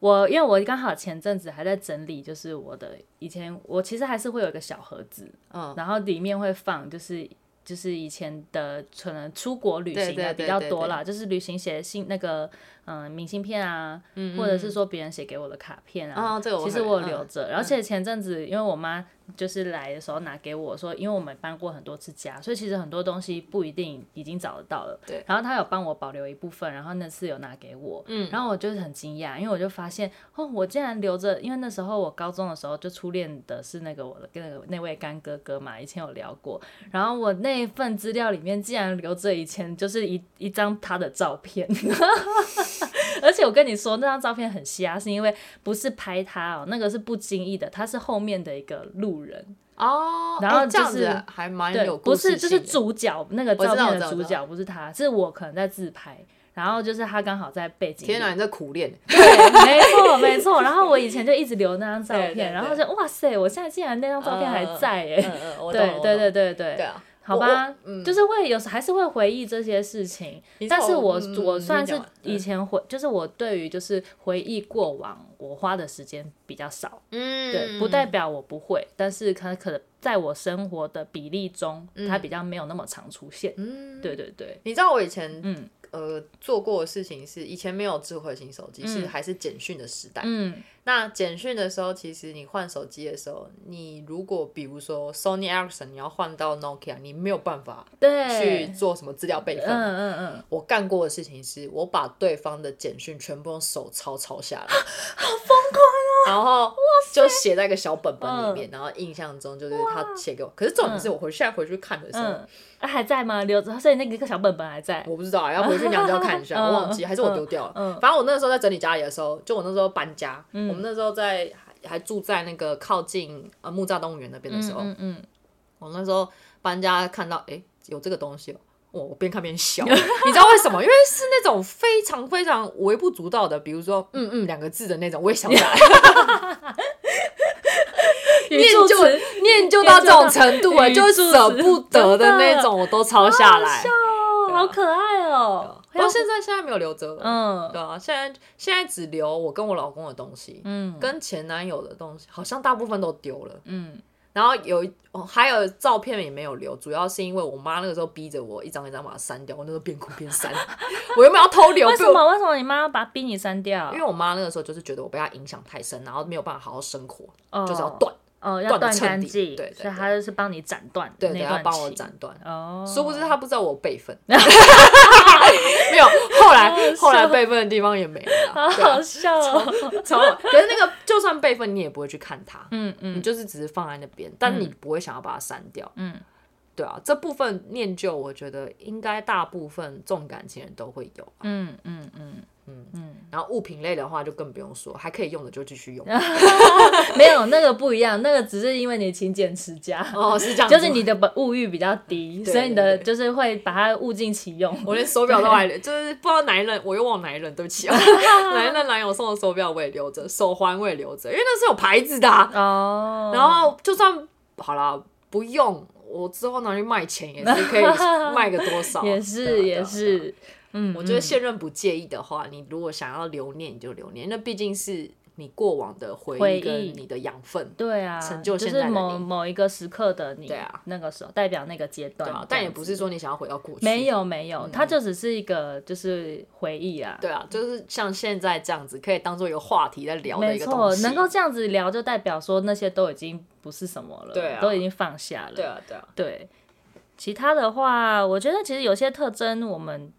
Speaker 2: 我，因为我刚好前阵子还在整理，就是我的以前我其实还是会有一个小盒子，
Speaker 1: 嗯，
Speaker 2: 然后里面会放就是就是以前的可能出国旅行
Speaker 1: 对对
Speaker 2: 的比
Speaker 1: 对
Speaker 2: 较
Speaker 1: 对
Speaker 2: 多
Speaker 1: 对
Speaker 2: 啦，就是旅行写信那个嗯、呃明信片啊，或者是说别人写给我的卡片啊，
Speaker 1: 哦这个我
Speaker 2: 其实
Speaker 1: 会
Speaker 2: 我有
Speaker 1: 嗯
Speaker 2: 留着。而且前阵子因为我妈就是来的时候拿给我说，因为我们搬过很多次家，所以其实很多东西不一定已经找得到了。
Speaker 1: 对。
Speaker 2: 然后她有帮我保留一部分，然后那次有拿给我，嗯，然后我就是很惊讶，因为我就发现哦，我竟然留着，因为那时候我高中的时候就初恋的是那个我的那个那位干哥哥嘛，以前有聊过。然后我那一份资料里面竟然留着以前就是一一张他的照片， 而且我跟你说那张照片很瞎，是因为不是拍他哦，那个是不经意的，他是后面的一个路人，
Speaker 1: 哦，
Speaker 2: 然后
Speaker 1: 哎这样
Speaker 2: 就是
Speaker 1: 子还蛮
Speaker 2: 对
Speaker 1: 有，
Speaker 2: 不
Speaker 1: 故
Speaker 2: 是
Speaker 1: 事
Speaker 2: 就
Speaker 1: 性的，
Speaker 2: 是主角那个
Speaker 1: 我知
Speaker 2: 照
Speaker 1: 道
Speaker 2: 片
Speaker 1: 我知
Speaker 2: 的
Speaker 1: 道
Speaker 2: 主
Speaker 1: 我知道
Speaker 2: 角不是他，是我可能在自拍。然后就是他刚好在背景里，
Speaker 1: 天哪，你这苦 练，
Speaker 2: 对，没错没错。然后我以前就一直留那张照
Speaker 1: 对对
Speaker 2: 片，
Speaker 1: 对
Speaker 2: 然后就哇塞，我现在竟然那张照片还在耶！
Speaker 1: 嗯嗯，我懂
Speaker 2: 对对对对对
Speaker 1: 对，啊，
Speaker 2: 好吧，就是会有时还是会回忆这些事情，
Speaker 1: 你
Speaker 2: 但是
Speaker 1: 从
Speaker 2: 我、
Speaker 1: 嗯
Speaker 2: 我
Speaker 1: 你
Speaker 2: 算
Speaker 1: 讲
Speaker 2: 是
Speaker 1: 完
Speaker 2: 以前回，就是我对于就是回忆过往，我花的时间比较少，
Speaker 1: 嗯
Speaker 2: 对，不代表我不会，但是可可能在我生活的比例中，它比较没有那么常出现，
Speaker 1: 嗯，
Speaker 2: 对对对，
Speaker 1: 你知道我以前
Speaker 2: 嗯
Speaker 1: 呃做过的事情是，以前没有智慧型手机，是还是简讯的时代。
Speaker 2: 嗯
Speaker 1: 那简讯的时候，其实你换手机的时候，你如果比如说 Sony Ericsson，你要换到 Nokia，你没有办法去
Speaker 2: 对，
Speaker 1: 做什么资料备
Speaker 2: 嗯
Speaker 1: 份。
Speaker 2: 嗯嗯，
Speaker 1: 我干过的事情是，我把对方的简讯全部用手抄抄下来，好疯狂哦！然后就写在一个小本本里面，
Speaker 2: 嗯
Speaker 1: 然后印象中就是他写给我。可是重点是我回现在回去看的时候，
Speaker 2: 嗯，啊、还在吗？留着，所以那个小本本还在。
Speaker 1: 我不知道啊，要回去娘家看一 下，
Speaker 2: 嗯
Speaker 1: 我忘记还是我丢掉了。反正我那时候在整理家里的时候，就我那时候搬家，
Speaker 2: 嗯
Speaker 1: 我们那时候在还还住在那个靠近呃木栅动物园那边的时候，
Speaker 2: 嗯嗯，
Speaker 1: 我那时候搬家看到诶有这个东西哦。我我边看边笑，你知道为什么？因为是那种非常非常微不足道的，比如说“嗯嗯”两个字的那种，我也想不起来，
Speaker 2: 念
Speaker 1: 念就念就到这种程度了，
Speaker 2: 语助
Speaker 1: 就
Speaker 2: 词
Speaker 1: 舍不得的那
Speaker 2: 真的
Speaker 1: 种，我都抄下来。
Speaker 2: 哦，好可爱哦。
Speaker 1: 不过现在现在没有留着了，
Speaker 2: 嗯
Speaker 1: 对啊，现在现在只留我跟我老公的东西，
Speaker 2: 嗯
Speaker 1: 跟前男友的东西，好像大部分都丢了。
Speaker 2: 嗯，
Speaker 1: 然后有一哦，还有照片也没有留，主要是因为我妈那个时候逼着我一张一张把它删掉，我那时候边哭边删。 我原本要偷留，
Speaker 2: 为
Speaker 1: 被
Speaker 2: 什
Speaker 1: 我
Speaker 2: 么为什么你妈要把逼你删掉
Speaker 1: 因？为我妈那个时候就是觉得我被她影响太深，然后没有办法好好生活，
Speaker 2: 哦
Speaker 1: 就是要断，
Speaker 2: 哦，要
Speaker 1: 断得
Speaker 2: 断
Speaker 1: 彻
Speaker 2: 干
Speaker 1: 底
Speaker 2: 净，
Speaker 1: 对对
Speaker 2: 所以
Speaker 1: 对
Speaker 2: 她就是帮你斩断
Speaker 1: 对
Speaker 2: 那
Speaker 1: 对，
Speaker 2: 段
Speaker 1: 要帮我
Speaker 2: 期
Speaker 1: 斩断。
Speaker 2: 哦，
Speaker 1: 殊不知她不知道我备 份，没有。后来后来备份的地方也没了啦，
Speaker 2: 好
Speaker 1: 对啊
Speaker 2: 好笑哦。
Speaker 1: 超好可是那个就算备份，你也不会去看它，
Speaker 2: 嗯
Speaker 1: 你
Speaker 2: 嗯
Speaker 1: 就是只是放在那边，但你不会想要把它删掉。
Speaker 2: 嗯，
Speaker 1: 对啊，这部分念旧，我觉得应该大部分重感情人都会有啊、
Speaker 2: 嗯嗯嗯，
Speaker 1: 然后物品类的话，就更不用说，还可以用的就继 续用。
Speaker 2: 没有那个不一样，那个只是因为你勤俭持家，
Speaker 1: 哦，是这样，
Speaker 2: 就是。你的本物欲比较低，
Speaker 1: 对
Speaker 2: 所以你的
Speaker 1: 对对
Speaker 2: 就是会把它物尽其用。
Speaker 1: 我连手表都还，就是不知道哪一任，我又忘哪一任，对不起啊，哪一任男友送的手表我也留着，手环我也留着，因为那是有牌子的啊、
Speaker 2: 哦，
Speaker 1: 然后就算好啦，不用，我之后拿去卖钱也是 可以卖个多少啊，
Speaker 2: 也
Speaker 1: 对啊
Speaker 2: 是
Speaker 1: 对啊
Speaker 2: 也
Speaker 1: 对啊
Speaker 2: 是，嗯，
Speaker 1: 我觉得
Speaker 2: 嗯
Speaker 1: 现任不介意的话，你如果想要留念，你就留念，那毕竟是你过往的回
Speaker 2: 回忆
Speaker 1: 忆跟你的养分，
Speaker 2: 对啊，
Speaker 1: 成就现
Speaker 2: 是
Speaker 1: 在的
Speaker 2: 某
Speaker 1: 你
Speaker 2: 某一个时刻的你，
Speaker 1: 对啊
Speaker 2: 那个时候代表那个阶段
Speaker 1: 对
Speaker 2: 这样
Speaker 1: 啊
Speaker 2: 子，，
Speaker 1: 但也不是说你想要回到过去，
Speaker 2: 没，有没有，它就只是一个就是回忆啊。
Speaker 1: 对啊，就是像现在这样子，可以当做一个话题在聊啊的
Speaker 2: 没
Speaker 1: 一个东
Speaker 2: 错，
Speaker 1: 西，
Speaker 2: 能够这样子聊，就代表说那些都已经不是什么了，
Speaker 1: 对啊
Speaker 2: 都已经放下了。
Speaker 1: 对啊，对啊，
Speaker 2: 对，其他的话，我觉得其实有些特征，我们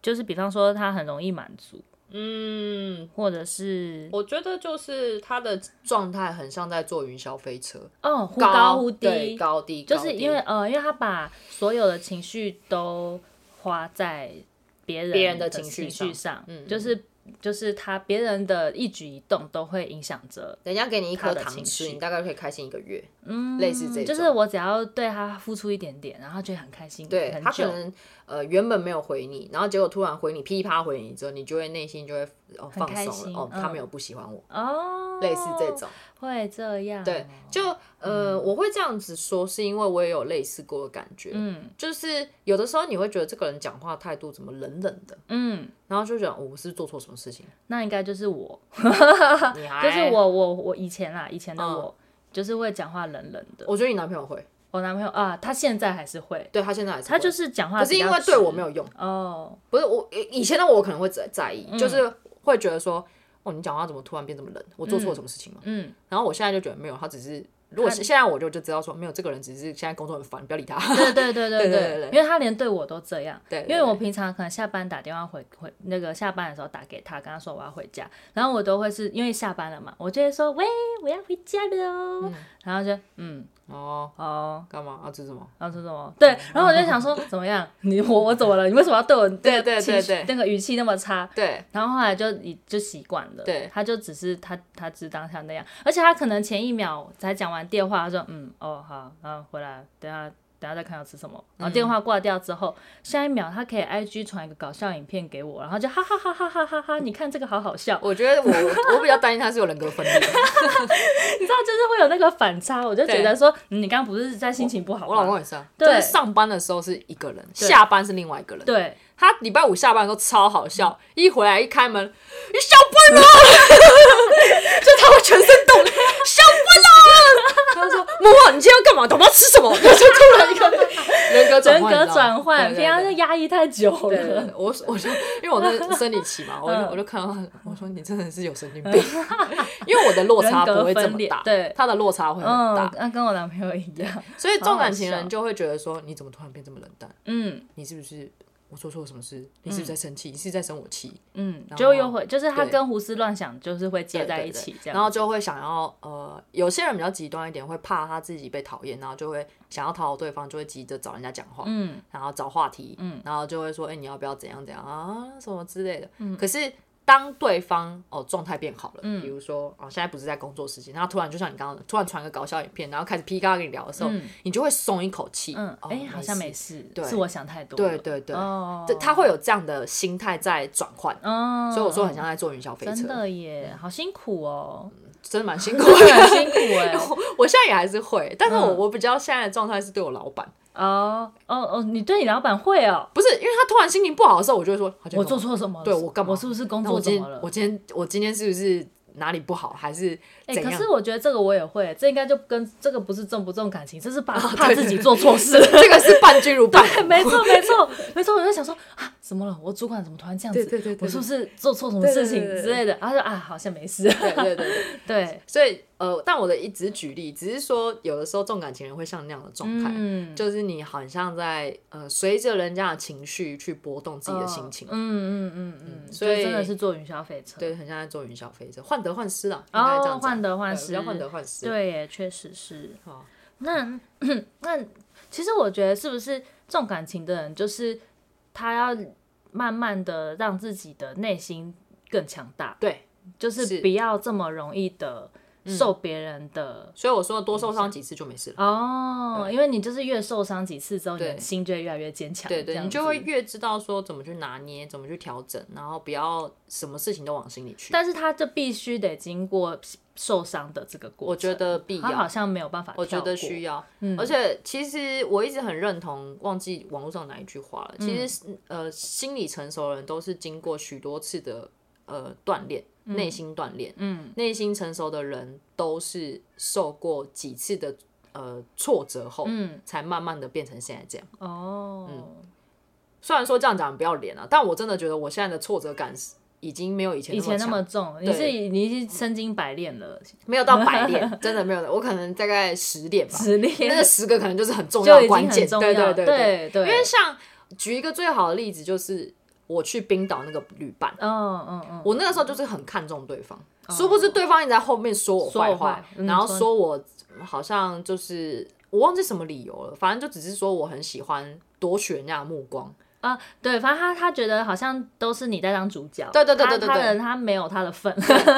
Speaker 2: 就是比方说他很容易满足，
Speaker 1: 嗯，
Speaker 2: 或者是
Speaker 1: 我觉得就是他的状态很像在坐云霄飞车，
Speaker 2: 哦忽
Speaker 1: 高
Speaker 2: 高忽
Speaker 1: 对
Speaker 2: 低，
Speaker 1: 高低，
Speaker 2: 就是因为
Speaker 1: 高低
Speaker 2: 呃，因为他把所有的情绪都花在别人
Speaker 1: 别人的情绪
Speaker 2: 绪
Speaker 1: 上
Speaker 2: 上，
Speaker 1: 嗯
Speaker 2: 就是就是他别人的一举一动都会影响着，
Speaker 1: 人家给你一颗
Speaker 2: 他的
Speaker 1: 糖
Speaker 2: 情
Speaker 1: 吃，
Speaker 2: 绪
Speaker 1: 你大概可以开心一个月，嗯，类似这种，
Speaker 2: 就是我只要对他付出一点点，然后就很开心，
Speaker 1: 对
Speaker 2: 很
Speaker 1: 他可
Speaker 2: 久，
Speaker 1: 能呃原本没有回你，然后结果突然回你，噼啪回你之后，你就会内心就会哦
Speaker 2: 很
Speaker 1: 放
Speaker 2: 开
Speaker 1: 松
Speaker 2: 心
Speaker 1: 了，哦他
Speaker 2: 嗯
Speaker 1: 没有不喜欢我，
Speaker 2: 哦，嗯
Speaker 1: 类似这种，
Speaker 2: 会这样，
Speaker 1: 对，就呃我会这样子说，是因为我也有类似过的感觉，
Speaker 2: 嗯
Speaker 1: 就是有的时候你会觉得这个人讲话态度怎么冷冷的，
Speaker 2: 嗯，
Speaker 1: 然后就觉得、哦我是做错什么事 情，
Speaker 2: 那应该就是我，
Speaker 1: 你还
Speaker 2: 就是，我我我以前啦，以前的
Speaker 1: 哎嗯
Speaker 2: 我、就是会讲话冷冷的，
Speaker 1: 我觉得你男朋友会，
Speaker 2: 我男朋友啊，他现在还是会，
Speaker 1: 对他现在还是
Speaker 2: 他
Speaker 1: 会
Speaker 2: 就是讲话
Speaker 1: 可是
Speaker 2: 比较直，
Speaker 1: 因为对我没有用，
Speaker 2: 哦，
Speaker 1: 不是呃我以前的我可能会在在
Speaker 2: 嗯
Speaker 1: 意，就是会觉得说，哦，你讲话怎么突然变这么冷？我做错了什么事情吗？
Speaker 2: 嗯，
Speaker 1: 然后我现在就觉得没有，他只是如果是现在我就就知道说没有这个人只是现在工作很烦，不要理他。
Speaker 2: 对对对对
Speaker 1: 对对对
Speaker 2: 因为他连对我都这样，
Speaker 1: 对对
Speaker 2: 因为我平常可能下班打电话回回那个下班的时候打给他，跟他说我要回家，然后我都会是因为下班了嘛，我就会说喂，我要回家了哦，然后就嗯
Speaker 1: 哦，
Speaker 2: 哦。
Speaker 1: 干嘛啊？这是什么？
Speaker 2: 然后说什么？
Speaker 1: 嗯
Speaker 2: 对，然后我就想说，怎么样？你我我怎么了？你为什么要对我
Speaker 1: 对对
Speaker 2: 情
Speaker 1: 对
Speaker 2: 绪
Speaker 1: 对
Speaker 2: 那个语气那么差？
Speaker 1: 对
Speaker 2: 然后后来就已就习惯了，
Speaker 1: 对
Speaker 2: 他就只是他他只当下那样，而且他可能前一秒才讲完电话，他说嗯哦好，然后回来等下等下再看要吃什么，然后电话挂掉之后，下一秒他可以 IG 传一个搞笑影片给我，然后就哈哈哈哈哈哈哈，你看这个好好笑，
Speaker 1: 我觉得我我比较担心他是有人格分裂的。
Speaker 2: 你知道就是会有那个反差，我就觉得说、嗯你刚刚不是在心情不好
Speaker 1: 我老
Speaker 2: 吗？
Speaker 1: 公也是啊，就
Speaker 2: 对
Speaker 1: 是上班的时候是一个人，下班是另外一个人。
Speaker 2: 对，嗯
Speaker 1: 他礼拜五下班的时候超好笑，一回来一开门，你小笨了， 就他会全身动，小笨了。他就说：“默默，你今天要干嘛？懂吗？吃什么？”就突然一个 人格转
Speaker 2: 人
Speaker 1: 换，你
Speaker 2: 格
Speaker 1: 知道吗
Speaker 2: 转换，
Speaker 1: 对对
Speaker 2: 平常
Speaker 1: 对
Speaker 2: 就压抑太久
Speaker 1: 对对对
Speaker 2: 了，
Speaker 1: 我我就因为我那生理期嘛，我就我就看到他，我说你真的是有神经病，因为我的落差
Speaker 2: 人格
Speaker 1: 不会这
Speaker 2: 分
Speaker 1: 么
Speaker 2: 裂
Speaker 1: 大，
Speaker 2: 对
Speaker 1: 他的落差会很
Speaker 2: 嗯
Speaker 1: 大，，
Speaker 2: 那跟我男朋友一样，
Speaker 1: 所以重感情
Speaker 2: 好好笑
Speaker 1: 人就会觉得说你怎么突然变这么冷淡？
Speaker 2: 嗯。
Speaker 1: 你是不是我做错了什么事？你是不是在生气？你是不是在生我气？
Speaker 2: 嗯，
Speaker 1: 然
Speaker 2: 就又
Speaker 1: 后
Speaker 2: 会，就是他
Speaker 1: 对
Speaker 2: 跟胡思乱想就是会接在
Speaker 1: 对
Speaker 2: 一
Speaker 1: 对
Speaker 2: 起
Speaker 1: 对
Speaker 2: 这样。
Speaker 1: 然后就会想要呃，有些人比较极端一点，会怕他自己被讨厌，然后就会想要讨好对方，就会急着找人家讲话，
Speaker 2: 嗯，
Speaker 1: 然后找话题，嗯，然后就会说，哎、你要不要怎样怎样啊，什么之类的。嗯，可是当对方哦状态变好了，嗯，比如说哦现在不是在工作时间，然后突然就像你刚刚的突然传个搞笑影片，然后开始劈嘎跟你聊的时候，你就会松一口气，
Speaker 2: 嗯，
Speaker 1: 哦
Speaker 2: 哎、好像没
Speaker 1: 事，
Speaker 2: 事，
Speaker 1: 对
Speaker 2: 是我想太多
Speaker 1: 对
Speaker 2: 了。
Speaker 1: 对对，
Speaker 2: 哦，
Speaker 1: 这他会有这样的心态在转换。
Speaker 2: 哦，
Speaker 1: 所以我说很像嗯在坐云霄飞车，
Speaker 2: 真的耶，好辛苦哦，
Speaker 1: 真的蛮辛苦的。
Speaker 2: 很 辛苦哎。
Speaker 1: 我现在也还是会，但是我、
Speaker 2: 嗯
Speaker 1: 我比较现在的状态是对我老板，
Speaker 2: 哦哦哦，你对你老板会哦？
Speaker 1: 不是因为他突然心情不好的时候，我就会说，他就
Speaker 2: 我做错什么了？
Speaker 1: 对我干嘛
Speaker 2: 我是不是工
Speaker 1: 那
Speaker 2: 作
Speaker 1: 我
Speaker 2: 怎
Speaker 1: 今
Speaker 2: 么
Speaker 1: 天
Speaker 2: 了
Speaker 1: 我？今天我今天是不是哪里不好，还是
Speaker 2: 哎、
Speaker 1: 怎样？
Speaker 2: 可是我觉得这个我也会，这应该就跟这个不是重不重感情，这是
Speaker 1: 哦
Speaker 2: 怕、怕自己做 错事。
Speaker 1: 这个是伴君如伴虎，
Speaker 2: 没错，没错，没错。我就想说啊，怎么了？我主管怎么突然这样子？
Speaker 1: 对对对对
Speaker 2: 我是不是做错什么事情
Speaker 1: 对对对对
Speaker 2: 之类的？然后就啊，好像没事。
Speaker 1: 对对对对。
Speaker 2: 对，
Speaker 1: 所以呃，但我的一直举例，只是说有的时候重感情人会像那样的状态。
Speaker 2: 嗯，
Speaker 1: 就是你好像在呃，随着人家的情绪去波动自己的心情，
Speaker 2: 嗯嗯嗯嗯嗯，
Speaker 1: 所以
Speaker 2: 就真的是坐云霄飞车。
Speaker 1: 对，很像在坐云霄飞车，患得患失啊，应该这
Speaker 2: 哦，
Speaker 1: 样
Speaker 2: 患
Speaker 1: 讲，
Speaker 2: 得患
Speaker 1: 对比
Speaker 2: 失
Speaker 1: 较，患得患失。
Speaker 2: 对耶，确实是
Speaker 1: 好。
Speaker 2: 那 那其实我觉得是不是重感情的人，就是他要慢慢的让自己的内心更强大，
Speaker 1: 对，
Speaker 2: 就是
Speaker 1: 是嗯
Speaker 2: 不要这么容易的受别人的
Speaker 1: 所以我说多受伤几次就没事了。
Speaker 2: 哦，因为你就是越受伤几次之后，你
Speaker 1: 对
Speaker 2: 的心就会越来越坚强，
Speaker 1: 对
Speaker 2: 这
Speaker 1: 对，
Speaker 2: 样
Speaker 1: 你就会
Speaker 2: 子。
Speaker 1: 越知道说怎么去拿捏，怎么去调整，然后不要什么事情都往心里去。
Speaker 2: 但是他就必须得经过受伤的这个过程，
Speaker 1: 我觉得必
Speaker 2: 他好嗯
Speaker 1: 要，
Speaker 2: 像没有办法跳过，
Speaker 1: 我觉得需要。而且其实我一直很认同，忘记网络上哪一句话了。
Speaker 2: 嗯
Speaker 1: 其实、呃，心理成熟的人都是经过许多次的呃锻炼，内心锻炼。嗯，内心成熟的人都是受过几次的呃挫折后，
Speaker 2: 嗯
Speaker 1: 才慢慢的变成现在这样。
Speaker 2: 哦，
Speaker 1: 嗯虽然说这样讲不要脸啊，但我真的觉得我现在的挫折感是已经没有以前
Speaker 2: 以前那
Speaker 1: 强
Speaker 2: 么重，你是你已经身经百炼了，
Speaker 1: 没有到百 练，真的没有的，我可能大概十练吧，
Speaker 2: 实
Speaker 1: 那
Speaker 2: 炼
Speaker 1: 个十个可能就是很重要
Speaker 2: 就
Speaker 1: 的
Speaker 2: 已
Speaker 1: 关
Speaker 2: 经
Speaker 1: 键，
Speaker 2: 很重
Speaker 1: 对
Speaker 2: 要，
Speaker 1: 对对对。
Speaker 2: 对
Speaker 1: 因为像举一个最好的例子，就是我去冰岛那个旅伴，
Speaker 2: 嗯嗯嗯，
Speaker 1: 我那个时候就是很看重对方，殊不知对方一直在后面说我
Speaker 2: 哦说
Speaker 1: 坏
Speaker 2: 我
Speaker 1: 话
Speaker 2: 坏，嗯
Speaker 1: 然后
Speaker 2: 说
Speaker 1: 说我好像就是我忘记什么理由了，反正就只是说我很喜欢夺取人家的目 光，
Speaker 2: 啊，对，反正他他觉得好像都是你在当主角，
Speaker 1: 对对对对对
Speaker 2: 他他
Speaker 1: 对
Speaker 2: 人他没有他的份，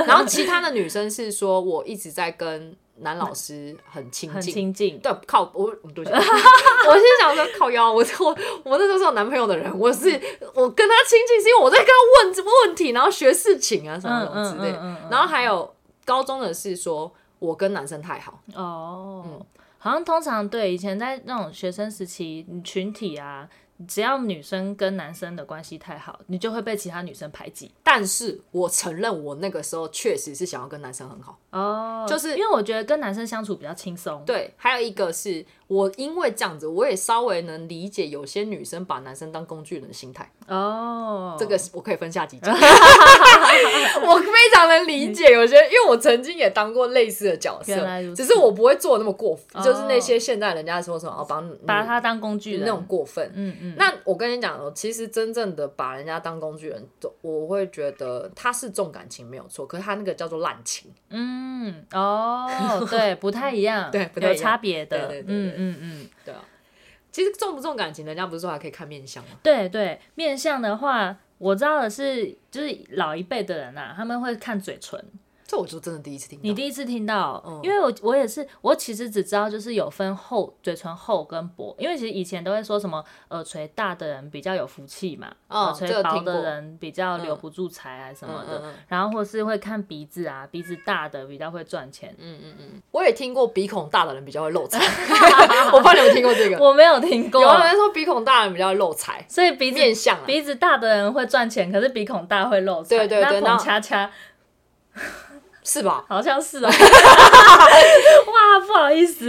Speaker 1: 然后其他的女生是说我一直在跟男老师很亲
Speaker 2: 很
Speaker 1: 近。
Speaker 2: 亲近，
Speaker 1: 对，靠我，哦对 不起， 我是想说靠腰，我我我那时候是有男朋友的人，我是
Speaker 2: 嗯
Speaker 1: 我跟他亲近是因为我在跟他问问题，然后学事情啊什么什么之类的。
Speaker 2: 嗯嗯嗯嗯
Speaker 1: 然后还有高中的是说我跟男生太好，
Speaker 2: 哦，
Speaker 1: 嗯
Speaker 2: 好像通常对以前在那种学生时期你群体啊，只要女生跟男生的关系太好，你就会被其他女生排挤。
Speaker 1: 但是我承认我那个时候确实是想要跟男生很好。
Speaker 2: 哦
Speaker 1: 就是
Speaker 2: 因为我觉得跟男生相处比较轻松。
Speaker 1: 对，还有一个是我因为这样子，我也稍微能理解有些女生把男生当工具人的心态。
Speaker 2: 哦，
Speaker 1: 这个是我可以分下几 集， 我非常能理解有些，因为我曾经也当过类似的角色
Speaker 2: 原来如，此
Speaker 1: 只是我不会做得那么过分，
Speaker 2: 哦
Speaker 1: 就是那些现在人家说什么哦，把你
Speaker 2: 把他当工具人
Speaker 1: 那种，过分。
Speaker 2: 嗯嗯，
Speaker 1: 那我跟你讲哦，其实真正的把人家当工具人，我会觉得他是重感情没有错，可是他那个叫做滥情。
Speaker 2: 嗯哦， 对，不太一样，
Speaker 1: 对不太一
Speaker 2: 有
Speaker 1: 样
Speaker 2: 差别
Speaker 1: 对
Speaker 2: 的，
Speaker 1: 对对对
Speaker 2: 嗯嗯嗯，
Speaker 1: 对啊，其实重不重感情，人家不是说还可以看面相吗？
Speaker 2: 对对，面相的话，我知道的是，就是老一辈的人啊，他们会看嘴唇。
Speaker 1: 这我就真的第一次听
Speaker 2: 你
Speaker 1: 到。
Speaker 2: 第一次听到，
Speaker 1: 嗯
Speaker 2: 因为我我也是，我其实只知道就是有分厚嘴唇厚跟薄，因为其实以前都会说什么耳垂大的人比较有福气嘛，
Speaker 1: 哦
Speaker 2: 耳
Speaker 1: 这
Speaker 2: 垂
Speaker 1: 个
Speaker 2: 薄
Speaker 1: 听过嗯
Speaker 2: 的人比较留不住财啊什么的，
Speaker 1: 嗯嗯嗯
Speaker 2: 然后或是会看鼻子啊，鼻子大的比较会赚钱。
Speaker 1: 嗯我也听过鼻孔大的人比较会 漏财，我不知道你们听过这个。
Speaker 2: 我没有听过
Speaker 1: 有，啊人说鼻孔大的人比较会漏财，
Speaker 2: 所以鼻子
Speaker 1: 面相啊，
Speaker 2: 鼻子大的人会赚钱，可是鼻孔大会漏财。
Speaker 1: 对对对
Speaker 2: 那
Speaker 1: 那
Speaker 2: 孔恰恰
Speaker 1: 是吧？
Speaker 2: 好 像是哦。哇，不好意思。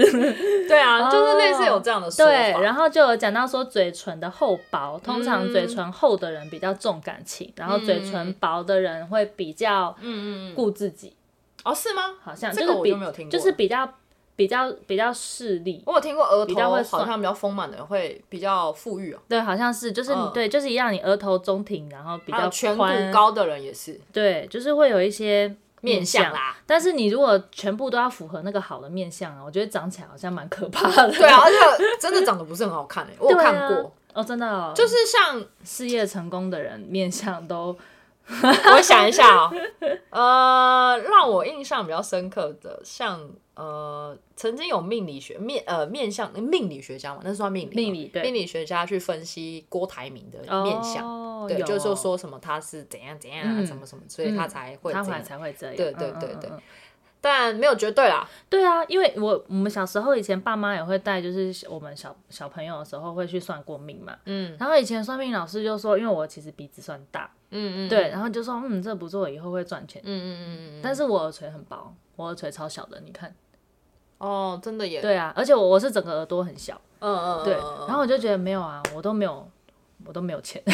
Speaker 1: 对啊，就是类似有这样的说
Speaker 2: 对，
Speaker 1: 法。
Speaker 2: 然后就有讲到说嘴唇的厚薄，通常
Speaker 1: 嗯
Speaker 2: 嘴唇厚的人比较重感情，然后嘴唇薄的人会比较
Speaker 1: 嗯嗯嗯，
Speaker 2: 顾自己，
Speaker 1: 哦，是吗？
Speaker 2: 好像
Speaker 1: 这
Speaker 2: 就
Speaker 1: 个
Speaker 2: 是
Speaker 1: 我
Speaker 2: 比
Speaker 1: 就没有听过哦
Speaker 2: 就是比较比较比较势利。
Speaker 1: 我有听过额
Speaker 2: 比较
Speaker 1: 头
Speaker 2: 会
Speaker 1: 好
Speaker 2: 算
Speaker 1: 像比较丰满的人会比较富裕哦，
Speaker 2: 对，好像是，就是你、
Speaker 1: 嗯
Speaker 2: 对，就是一样，你额头中挺，然后比
Speaker 1: 还有
Speaker 2: 较
Speaker 1: 颧
Speaker 2: 宽
Speaker 1: 骨，高的人也是
Speaker 2: 对，就是会有一些
Speaker 1: 面
Speaker 2: 相
Speaker 1: 相。啦。
Speaker 2: 但是你如果全部都要符合那个好的面相啊，我觉得长起来好像蛮可怕的。
Speaker 1: 对啊，而且真的长得不是很好看诶，欸我有
Speaker 2: 对啊，
Speaker 1: 看过，
Speaker 2: 哦，真的、哦，
Speaker 1: 就是像
Speaker 2: 事业成功的人面相都
Speaker 1: 我想一下哦，呃，让我印象比较深刻的，像呃，曾经有命理学面呃面向命理学家嘛，那是算命理吗
Speaker 2: 命理对
Speaker 1: 命理学家去分析郭台铭的面相，
Speaker 2: 哦、
Speaker 1: 对，
Speaker 2: 有
Speaker 1: 就是说
Speaker 2: 哦
Speaker 1: 说什么他是怎样怎样啊，
Speaker 2: 嗯
Speaker 1: 什么什么，所以他才会
Speaker 2: 他
Speaker 1: 怎
Speaker 2: 后来
Speaker 1: 样，
Speaker 2: 才会这样。
Speaker 1: 对对
Speaker 2: 嗯
Speaker 1: 对
Speaker 2: 嗯
Speaker 1: 对
Speaker 2: 嗯嗯
Speaker 1: 但没有绝对啦，
Speaker 2: 对啊，因为我我们小时候以前爸妈也会带，就是我们小小朋友的时候会去算过命嘛。
Speaker 1: 嗯
Speaker 2: 然后以前算命老师就说，因为我其实鼻子算大，
Speaker 1: 嗯嗯，
Speaker 2: 对，然后就说嗯这不错，以后会赚钱。
Speaker 1: 嗯嗯嗯嗯嗯，
Speaker 2: 但是我耳垂很薄，我耳垂超小的，你看。
Speaker 1: 哦，真的耶，
Speaker 2: 对啊，而且我我是整个耳朵很小，
Speaker 1: 嗯嗯，嗯
Speaker 2: 对。
Speaker 1: 嗯
Speaker 2: 然后我就觉得没有啊，我都没有，我都没有钱。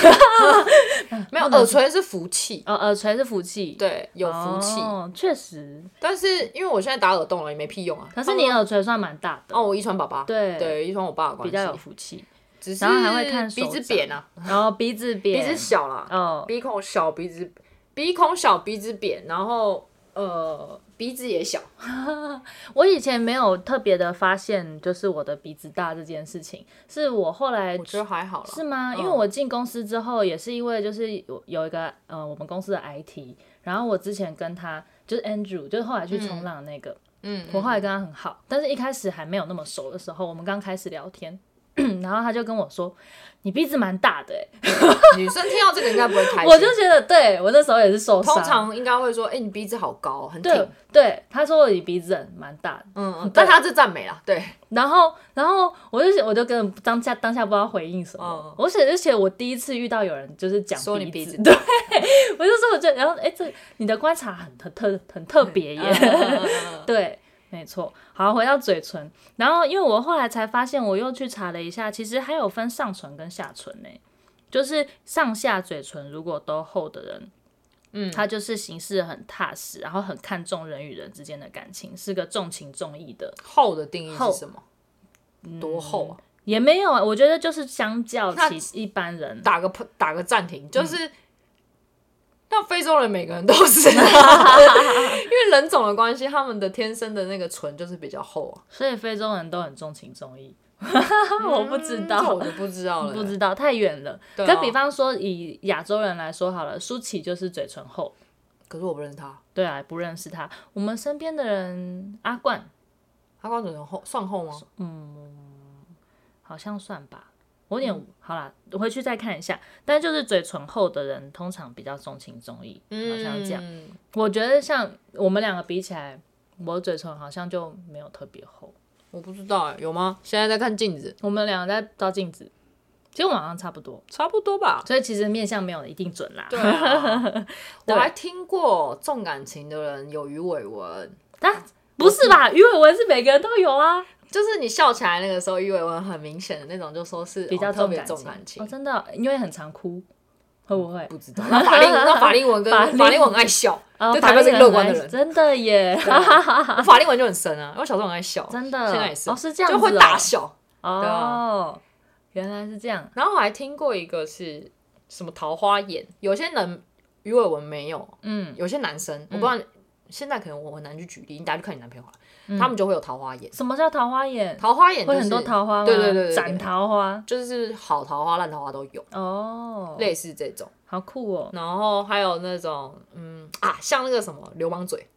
Speaker 1: 没有耳垂是福气，
Speaker 2: 哦，耳垂是福气，，
Speaker 1: 对，有福气，
Speaker 2: 哦，确实。
Speaker 1: 但是因为我现在打耳洞了也没屁用啊，
Speaker 2: 可是你耳垂算蛮大的，
Speaker 1: 哦，我遗传爸爸，
Speaker 2: 对
Speaker 1: 对，遗传我爸的关
Speaker 2: 比
Speaker 1: 系，
Speaker 2: 较有福气。
Speaker 1: 只是
Speaker 2: 然后还会看手
Speaker 1: 鼻
Speaker 2: 掌
Speaker 1: 子扁啊，
Speaker 2: 然后鼻子
Speaker 1: 鼻
Speaker 2: 扁，
Speaker 1: 子小啦，
Speaker 2: 哦，
Speaker 1: 鼻孔小，鼻子鼻孔小，鼻子扁，然后呃鼻子也小，
Speaker 2: 我以前没有特别的发现，就是我的鼻子大这件事情，是我后来
Speaker 1: 我觉得还好啦。
Speaker 2: 是吗？
Speaker 1: 嗯
Speaker 2: 因为我进公司之后，也是因为就是有有一个呃，我们公司的 IT，然后我之前跟他就是 Andrew，就是后来去冲浪那个，
Speaker 1: 嗯，
Speaker 2: 我后来跟他很好，但是一开始还没有那么熟的时候，我们刚开始聊天。 然后他就跟我说：“你鼻子蛮大的、欸。
Speaker 1: 女生听到这个应该不会开”心，
Speaker 2: 我就觉得，对我那时候也是受伤。
Speaker 1: 通常应该会说，哎，你鼻子好高，很挺，
Speaker 2: 对对，他说我的鼻子很蛮大的，
Speaker 1: 嗯嗯
Speaker 2: 对，
Speaker 1: 但他是赞美啦，对，
Speaker 2: 然后，然后我就我就跟当下当下不知道回应什么，
Speaker 1: 嗯
Speaker 2: 我写就写我第一次遇到有人就是讲
Speaker 1: 说你
Speaker 2: 鼻
Speaker 1: 鼻子
Speaker 2: 对 我就说我觉得，然后哎，这你的观察很很特很特别耶，
Speaker 1: 嗯
Speaker 2: 对，没错。好，回到嘴唇，然后因为我后来才发现，我又去查了一下，其实还有分上唇跟下唇呢、就是上下嘴唇如果都厚的人。嗯，他就是行事很踏实，然后很看重人与人之间的感情，是个重情重义的
Speaker 1: 厚的定义是什么？多厚啊？
Speaker 2: 也没有啊，我觉得就是相较
Speaker 1: 那
Speaker 2: 其一般人，
Speaker 1: 打个打个暂停，就是。那非洲人每个人都 是、因为人种的关系，他们的天生的那个唇就是比较厚啊。
Speaker 2: 所以非洲人都很重情重义。 我不知
Speaker 1: 嗯这
Speaker 2: 道，
Speaker 1: 我就不知道了。
Speaker 2: 不知道太远了。
Speaker 1: 对啊
Speaker 2: 可比方说以亚洲人来说好了，舒淇就是嘴唇厚，
Speaker 1: 可是我不认识他，
Speaker 2: 对啊，不认识他。我们身边的人，阿冠
Speaker 1: 他光嘴唇厚算厚吗？
Speaker 2: 好像算吧，我有点、
Speaker 1: 嗯
Speaker 2: 好啦，回去再看一下。但就是嘴唇厚的人，通常比较重情重义，好像是这样。
Speaker 1: 嗯
Speaker 2: 我觉得像我们两个比起来，我嘴唇好像就没有特别厚。
Speaker 1: 我不知道哎、有吗？现在在看镜子，
Speaker 2: 我们两个在照镜子，其实我们好像差不多，
Speaker 1: 差不多吧。
Speaker 2: 所以其实面相没有一定准啦。
Speaker 1: 对、 啊，我还听过重感情的人有鱼尾纹，
Speaker 2: 啊，不是吧？鱼尾纹是每个人都有啊，
Speaker 1: 就是你笑起来那个时候，鱼尾纹很明显的那种，就说是
Speaker 2: 比较
Speaker 1: 哦特
Speaker 2: 重
Speaker 1: 别
Speaker 2: 感
Speaker 1: 重
Speaker 2: 情
Speaker 1: 感情
Speaker 2: 哦，。真的哦，因为很常哭，会不会？
Speaker 1: 不知道，那法 令那法令纹跟
Speaker 2: 法令
Speaker 1: 法令纹很爱 笑，
Speaker 2: 啊，
Speaker 1: 对
Speaker 2: 法
Speaker 1: 台湾是
Speaker 2: 令
Speaker 1: 个
Speaker 2: 很
Speaker 1: 乐观的
Speaker 2: 爱
Speaker 1: 人
Speaker 2: 真的耶，
Speaker 1: 对啊我法令纹就很深啊，我小时候很爱笑，
Speaker 2: 真的，
Speaker 1: 现在也是
Speaker 2: 哦，是这样子
Speaker 1: 就
Speaker 2: 哦，
Speaker 1: 会大笑。对啊
Speaker 2: 哦，原来是这样，
Speaker 1: 然后我还听过一个是什么桃花眼，有些人鱼尾纹没有，
Speaker 2: 嗯，
Speaker 1: 有些男生我不知道，现在可能我很难去举例，你大家去看你男朋友好了，他们就会有桃花眼。
Speaker 2: 什么叫桃花眼？
Speaker 1: 桃花眼就
Speaker 2: 嗯会
Speaker 1: 是
Speaker 2: 很多桃花吗？
Speaker 1: 对对对对对
Speaker 2: 斩桃花
Speaker 1: 就是好桃花、烂桃花都有，
Speaker 2: 哦，
Speaker 1: 类似这种。
Speaker 2: 好酷哦，
Speaker 1: 然后还有那种，嗯啊，像那个什么流氓嘴，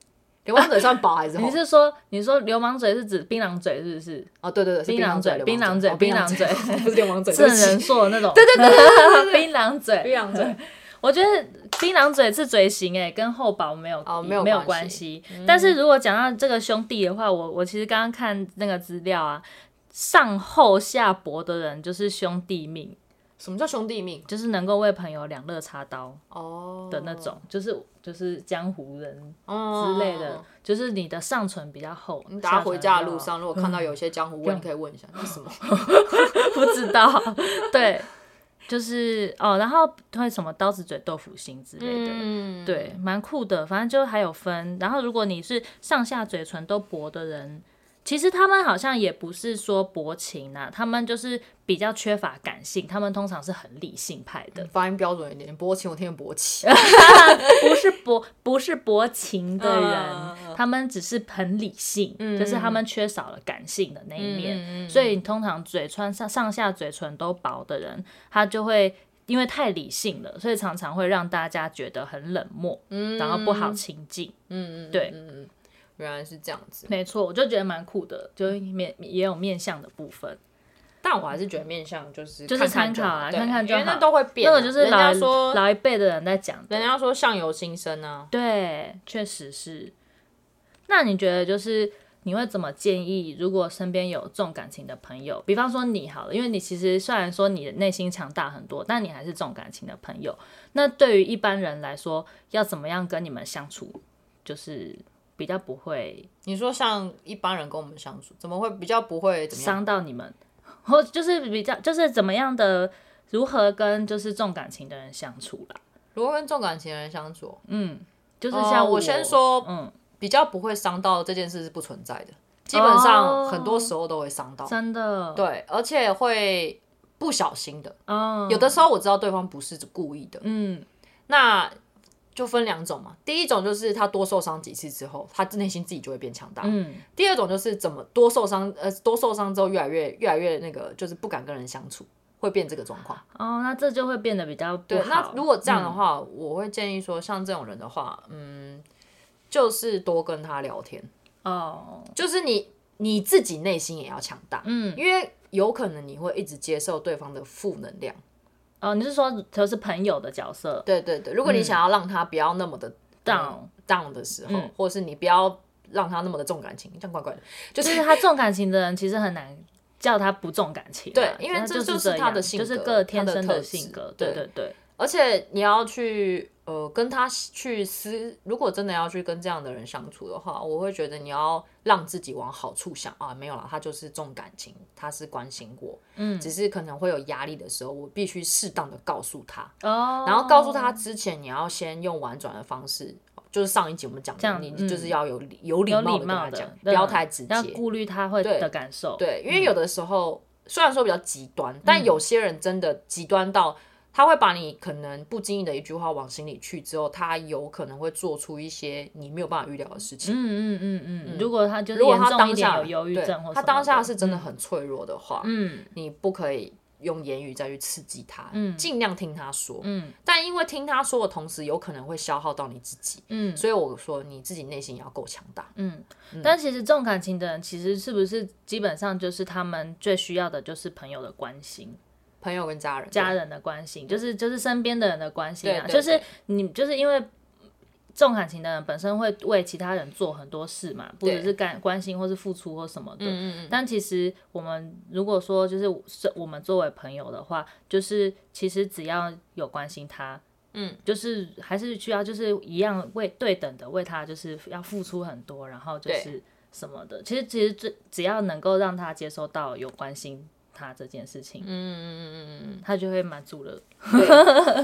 Speaker 1: 流氓嘴算薄 还是厚
Speaker 2: 你？是说你说流氓嘴是指槟榔嘴是不是？
Speaker 1: 哦，对对对，是
Speaker 2: 槟榔嘴，槟
Speaker 1: 槟
Speaker 2: 榔
Speaker 1: 榔
Speaker 2: 嘴，
Speaker 1: 哦
Speaker 2: 槟
Speaker 1: 槟
Speaker 2: 榔
Speaker 1: 榔
Speaker 2: 嘴，
Speaker 1: 不是流氓嘴，
Speaker 2: 郑
Speaker 1: 对不起
Speaker 2: 人硕那种，对对对槟榔嘴，
Speaker 1: 槟榔 嘴。
Speaker 2: 我觉得槟榔嘴是嘴型哎、跟厚薄没有、
Speaker 1: 哦
Speaker 2: 没
Speaker 1: 没有
Speaker 2: 关
Speaker 1: 关
Speaker 2: 系。但是如果讲到这个兄弟的话，我我其实刚刚看那个资料啊，上厚下薄的人就是兄弟命，
Speaker 1: 什么叫兄弟命？
Speaker 2: 就是能够为朋友两肋插刀
Speaker 1: 哦
Speaker 2: 的那种，就是就是江湖人
Speaker 1: 之
Speaker 2: 之类的，。就是你的上唇比较厚。
Speaker 1: 你等下回哦家的路
Speaker 2: 下
Speaker 1: 上，如果看到有一些江湖味，你可以问一下是哎什么。
Speaker 2: 唇比较厚不知道，对，就是哦，然后会什么刀子嘴豆腐心之类的。
Speaker 1: 嗯，
Speaker 2: 对，蛮酷的。反正就还有分。然后如果你是上下嘴唇都薄的人，其实他们好像也不是说薄情啊，他们就是比较缺乏感性，他们通常是很理性派 的，
Speaker 1: 发音标准一点，薄情我听见薄情。
Speaker 2: 不是薄不是薄情的
Speaker 1: 嗯
Speaker 2: 人，他们只是很理性，就是他们缺少了感性的那 一面。
Speaker 1: 嗯嗯嗯
Speaker 2: 所以通常嘴唇上上下嘴唇都薄的人，他就会。因为太理性了，所以常常会让大家觉得很冷漠，
Speaker 1: 嗯
Speaker 2: 然后不好亲近。
Speaker 1: 嗯嗯，
Speaker 2: 对
Speaker 1: 嗯嗯，原来是这样子。
Speaker 2: 没错，我就觉得蛮酷的，就是面也有面相的部分。
Speaker 1: 但我还是觉得面相就是
Speaker 2: 就是
Speaker 1: 看看
Speaker 2: 参考啊
Speaker 1: 对
Speaker 2: 看看就
Speaker 1: 因
Speaker 2: 好
Speaker 1: 为那都会变
Speaker 2: 那
Speaker 1: 啊。
Speaker 2: 个就是
Speaker 1: 人
Speaker 2: 老
Speaker 1: 家
Speaker 2: 一
Speaker 1: 说，
Speaker 2: 老一辈的人在讲的，
Speaker 1: 人家说相由心生啊。
Speaker 2: 对，确实是。那你觉得就是你会怎么建议？如果身边有重感情的朋友，比方说你好了，因为你其实虽然说你的内心强大很多，但你还是重感情的朋友。那对于一般人来说，要怎么样跟你们相处，就是比较不会
Speaker 1: 你说像一般人跟我们相处，怎么会比较不会怎么样？
Speaker 2: 伤到你们， 或就是比较就是怎么样的，如何跟就是重感情的人相处啦？嗯
Speaker 1: 如果跟重感情的人相处，
Speaker 2: 就是
Speaker 1: 哦
Speaker 2: 像
Speaker 1: 我先说
Speaker 2: 嗯，
Speaker 1: 比较不会伤到这件事是不存在的，基本上
Speaker 2: 哦
Speaker 1: 很多时候都会伤到。
Speaker 2: 真的，
Speaker 1: 对，而且会不小心的。
Speaker 2: 嗯，
Speaker 1: 有的时候我知道对方不是故意的，
Speaker 2: 嗯，
Speaker 1: 那就分两种嘛。第一种就是他多受伤几次之后，他内心自己就会变强大。
Speaker 2: 嗯
Speaker 1: 第二种就是怎么多受伤，呃，多受伤之后越来越越来越那个，就是不敢跟人相处，会变这个状况。
Speaker 2: 哦，那这就会变得比较不
Speaker 1: 对，那
Speaker 2: 好。嗯
Speaker 1: 如果这样的话，我会建议说，像这种人的话，嗯，就是多跟他聊天，
Speaker 2: 哦，
Speaker 1: 就是你你自己内心也要强大，
Speaker 2: 嗯，
Speaker 1: 因为有可能你会一直接受对方的负能量。
Speaker 2: 哦，你是说就是朋友的角色
Speaker 1: 对对对，如果你想要让他不要那么的
Speaker 2: 嗯 down，
Speaker 1: down 的时候，
Speaker 2: 嗯
Speaker 1: 或是你不要让他那么的重感情，这样怪怪的，就
Speaker 2: 就是是他重感情的人，其实很难叫他不重感情啊。
Speaker 1: 对因为
Speaker 2: 那
Speaker 1: 这
Speaker 2: 就
Speaker 1: 就是
Speaker 2: 这
Speaker 1: 他的
Speaker 2: 样
Speaker 1: 性
Speaker 2: 就是
Speaker 1: 格
Speaker 2: 个
Speaker 1: 他
Speaker 2: 天
Speaker 1: 的
Speaker 2: 生
Speaker 1: 特质
Speaker 2: 性格。
Speaker 1: 对
Speaker 2: 对对，
Speaker 1: 而且你要去呃跟他去思，如果真的要去跟这样的人相处的话，我会觉得你要让自己往好处想啊，没有啦，他就是重感情，他是关心我，
Speaker 2: 嗯，
Speaker 1: 只是可能会有压力的时候，我必须适当的告诉他，
Speaker 2: 哦，
Speaker 1: 然后告诉他之前，你要先用婉转的方式。就是上一集我们讲的，
Speaker 2: 这样
Speaker 1: 你
Speaker 2: 嗯
Speaker 1: 就是要有礼有礼
Speaker 2: 有
Speaker 1: 貌
Speaker 2: 礼
Speaker 1: 的跟
Speaker 2: 貌
Speaker 1: 他
Speaker 2: 的
Speaker 1: 讲，，不
Speaker 2: 对啊
Speaker 1: 要太直接，
Speaker 2: 要顾虑他会
Speaker 1: 对
Speaker 2: 的感受。
Speaker 1: 对，因为有的时候、虽然说比较极端，但
Speaker 2: 嗯
Speaker 1: 有些人真的极端到他会把你可能不经意的一句话往心里去，之后他有可能会做出一些你没有办法预料的事情。
Speaker 2: 嗯嗯嗯嗯，如果他就是
Speaker 1: 如果
Speaker 2: 严
Speaker 1: 他
Speaker 2: 重一
Speaker 1: 当
Speaker 2: 点
Speaker 1: 下
Speaker 2: 有忧郁
Speaker 1: 对
Speaker 2: 症或
Speaker 1: 他
Speaker 2: 什
Speaker 1: 当
Speaker 2: 么
Speaker 1: 下
Speaker 2: 的
Speaker 1: 是真的
Speaker 2: 嗯
Speaker 1: 很脆弱的话，
Speaker 2: 嗯
Speaker 1: 你不可以用言语再去刺激他，
Speaker 2: 嗯
Speaker 1: 尽量听他说。
Speaker 2: 嗯
Speaker 1: 但因为听他说的同时，有可能会消耗到你自己，
Speaker 2: 嗯
Speaker 1: 所以我说你自己内心也要够强大。
Speaker 2: 嗯，但其实重感情的人，其实是不是基本上就是他们最需要的就是朋友的关心、
Speaker 1: 朋友跟家人，
Speaker 2: 家人的关心，就是就是身边的人的关心啊。
Speaker 1: 对对
Speaker 2: 就是
Speaker 1: 对
Speaker 2: 你就是因为重感情的人本身会为其他人做很多事嘛，不只
Speaker 1: 对
Speaker 2: 是干关心或是付出或什么的。
Speaker 1: 嗯嗯嗯，
Speaker 2: 但其实我们如果说就是是我们作为朋友的话，就是其实只要有关心他，
Speaker 1: 嗯，
Speaker 2: 就是还是需要就是一样为对等的为他就是要付出很多，然后就
Speaker 1: 对
Speaker 2: 是什么的。其实其实最只要能够让他接收到有关心他这件事情，嗯嗯嗯嗯，他就会满足了。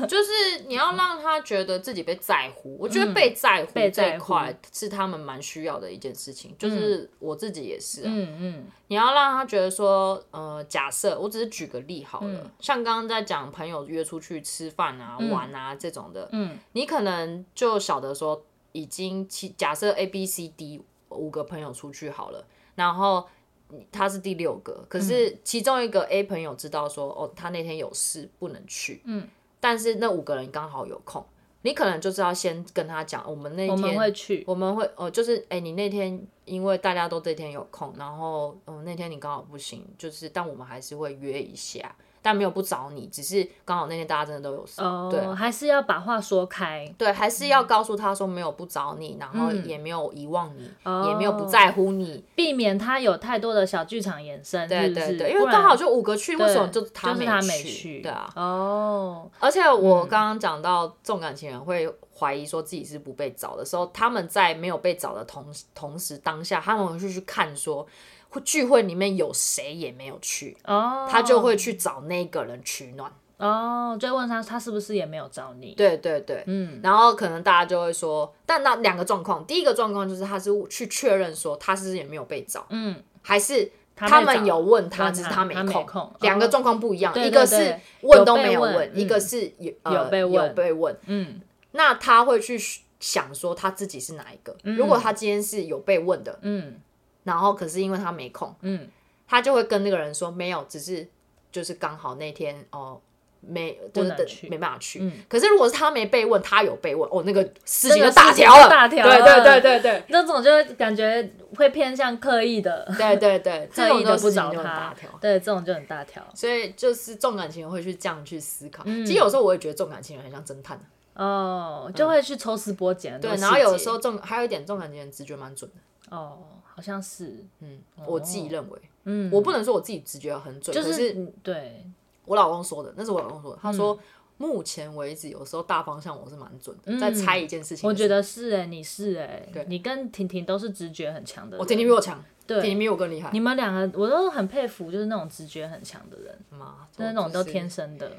Speaker 1: 就是你要让他觉得自己被在乎，我觉得被在乎
Speaker 2: 嗯被
Speaker 1: 这
Speaker 2: 在
Speaker 1: 一
Speaker 2: 乎
Speaker 1: 块是他们蛮需要的一件事情，就是我自己也是、啊，
Speaker 2: 嗯嗯，
Speaker 1: 你要让他觉得说，呃，假设我只是举个例好了，
Speaker 2: 嗯
Speaker 1: 像刚刚在讲朋友约出去吃饭啊、玩啊这种的，
Speaker 2: 嗯，
Speaker 1: 你可能就晓得说，已经其假设 A、B、C、D 五个朋友出去好了，然后你他是第六个，可
Speaker 2: 嗯
Speaker 1: 是其中一个 A 朋友知道说，哦，他那天有事不能去，
Speaker 2: 嗯，
Speaker 1: 但是那五个人刚好有空，你可能就是要先跟他讲，我们那
Speaker 2: 我们
Speaker 1: 天
Speaker 2: 会去，
Speaker 1: 我们会哦、呃就是哎、你那天因为大家都这天有空，然后嗯、那天你刚好不行，就是但我们还是会约一下，但没有不找你，只是刚好那天大家真的都有事，对
Speaker 2: 哦，还是要把话说开，
Speaker 1: 对，还是要告诉他说没有不找你，然后
Speaker 2: 嗯
Speaker 1: 也没有遗忘你，
Speaker 2: 哦
Speaker 1: 也没有不在乎你，
Speaker 2: 避免他有太多的小剧场延伸，
Speaker 1: 对
Speaker 2: 是不
Speaker 1: 对
Speaker 2: 是
Speaker 1: 对，因为
Speaker 2: 不然
Speaker 1: 刚好就五个去，为
Speaker 2: 对
Speaker 1: 什么就
Speaker 2: 就是
Speaker 1: 没
Speaker 2: 他
Speaker 1: 去？
Speaker 2: 去，
Speaker 1: 对啊，
Speaker 2: 哦，
Speaker 1: 而且我刚刚讲到重感情人会怀疑说自己是不被找的时候，他们在没有被找的同同时当下，他们会去去看说，会聚会里面有谁也没有去，
Speaker 2: 哦，
Speaker 1: 他就会去找那个人取暖。
Speaker 2: 哦，就问他他是不是也没有找你？
Speaker 1: 对对对，
Speaker 2: 嗯，
Speaker 1: 然后可能大家就会说，但那两个状况，第一个状况就是他是去确认说他是不是也没有被找，
Speaker 2: 嗯，
Speaker 1: 还是
Speaker 2: 他
Speaker 1: 他
Speaker 2: 被
Speaker 1: 们
Speaker 2: 找
Speaker 1: 有问
Speaker 2: 问
Speaker 1: 只是
Speaker 2: 他
Speaker 1: 没
Speaker 2: 他没
Speaker 1: 空。
Speaker 2: 空
Speaker 1: 两个
Speaker 2: 哦
Speaker 1: 状况不一样，
Speaker 2: 对
Speaker 1: 一个
Speaker 2: 对
Speaker 1: 是
Speaker 2: 对
Speaker 1: 问
Speaker 2: 有
Speaker 1: 都
Speaker 2: 被
Speaker 1: 没有
Speaker 2: 问
Speaker 1: 问，一
Speaker 2: 嗯
Speaker 1: 个是有呃
Speaker 2: 有被
Speaker 1: 有
Speaker 2: 问
Speaker 1: 被问，
Speaker 2: 嗯
Speaker 1: 那他会去想说他自己是哪一个。如果他今天是有被问的，
Speaker 2: 嗯
Speaker 1: 然后可是因为他没空，
Speaker 2: 嗯，
Speaker 1: 他就会跟那个人说没有，只是就是刚好那天哦。没，就
Speaker 2: 不
Speaker 1: 是
Speaker 2: 能
Speaker 1: 等
Speaker 2: 去
Speaker 1: 没办法去。
Speaker 2: 嗯
Speaker 1: 可是如果是他没被问，他有被问，哦，那个事情
Speaker 2: 这
Speaker 1: 就
Speaker 2: 个
Speaker 1: 大
Speaker 2: 事情
Speaker 1: 条
Speaker 2: 就
Speaker 1: 了，
Speaker 2: 大条
Speaker 1: 对对
Speaker 2: 了
Speaker 1: 对对 对
Speaker 2: 那种就会感觉会偏向刻意的，
Speaker 1: 对对对，这
Speaker 2: 刻
Speaker 1: 种
Speaker 2: 意
Speaker 1: 都
Speaker 2: 的
Speaker 1: 事
Speaker 2: 不
Speaker 1: 情
Speaker 2: 找
Speaker 1: 就很大
Speaker 2: 他
Speaker 1: 条。，
Speaker 2: 对，这种就很大条。
Speaker 1: 所以就是重感情人会去这样去思考。
Speaker 2: 嗯
Speaker 1: 其实有时候我也觉得重感情人很像侦探，
Speaker 2: 哦，就会去抽丝剥茧很
Speaker 1: 嗯
Speaker 2: 多
Speaker 1: 对。
Speaker 2: 细节。
Speaker 1: 然后有时候重还有一点重感情人直觉蛮准的，
Speaker 2: 哦，好像是，
Speaker 1: 嗯，我自己认为，
Speaker 2: 嗯，
Speaker 1: 我不能说我自己直觉很准，
Speaker 2: 就
Speaker 1: 可
Speaker 2: 是
Speaker 1: 是
Speaker 2: 嗯对，
Speaker 1: 我老公说的，那是我老公说的，他说。目前为止，有时候大方向我是蛮准的，在猜一件事情的时候。
Speaker 2: 嗯我觉得是哎，你是哎
Speaker 1: 对，
Speaker 2: 你跟婷婷都是直觉很强的人。
Speaker 1: 我婷婷比我强，婷婷
Speaker 2: 对，
Speaker 1: 比我更厉害。
Speaker 2: 你们两个我都很佩服，就是那种直觉很强的人。
Speaker 1: 妈，
Speaker 2: 那种都天
Speaker 1: 使。
Speaker 2: 生的，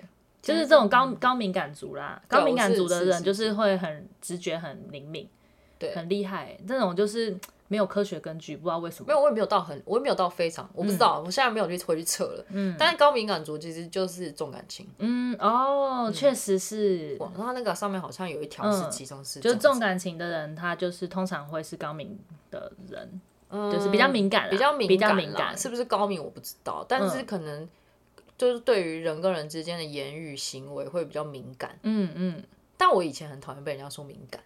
Speaker 2: 就是这种高高敏感族啦，
Speaker 1: 对
Speaker 2: 高敏感
Speaker 1: 我是
Speaker 2: 族的
Speaker 1: 是是
Speaker 2: 人就是会很直觉很灵敏，
Speaker 1: 对
Speaker 2: 很厉害。这种就是没有科学根据，不知道为什
Speaker 1: 没
Speaker 2: 么。
Speaker 1: 有，我也没有到很，我也没有到非常，
Speaker 2: 嗯
Speaker 1: 我不知道，我现在没有去回去测了。嗯，但是高敏感族其实就是重感情，
Speaker 2: 嗯，哦，确实是，
Speaker 1: 哇，然后那个上面好像有一条是其中是
Speaker 2: 嗯就是
Speaker 1: 重
Speaker 2: 重感情的人，他就是通常会是高敏的人，就是比较敏感啦，
Speaker 1: 嗯比较敏
Speaker 2: 比较
Speaker 1: 感
Speaker 2: 敏
Speaker 1: 啦
Speaker 2: 感，嗯
Speaker 1: 是不是高敏我不知道，但是可能就是对于人跟人之间的言语行为会比较敏感。
Speaker 2: 嗯嗯，
Speaker 1: 但我以前很讨厌被人家说敏感，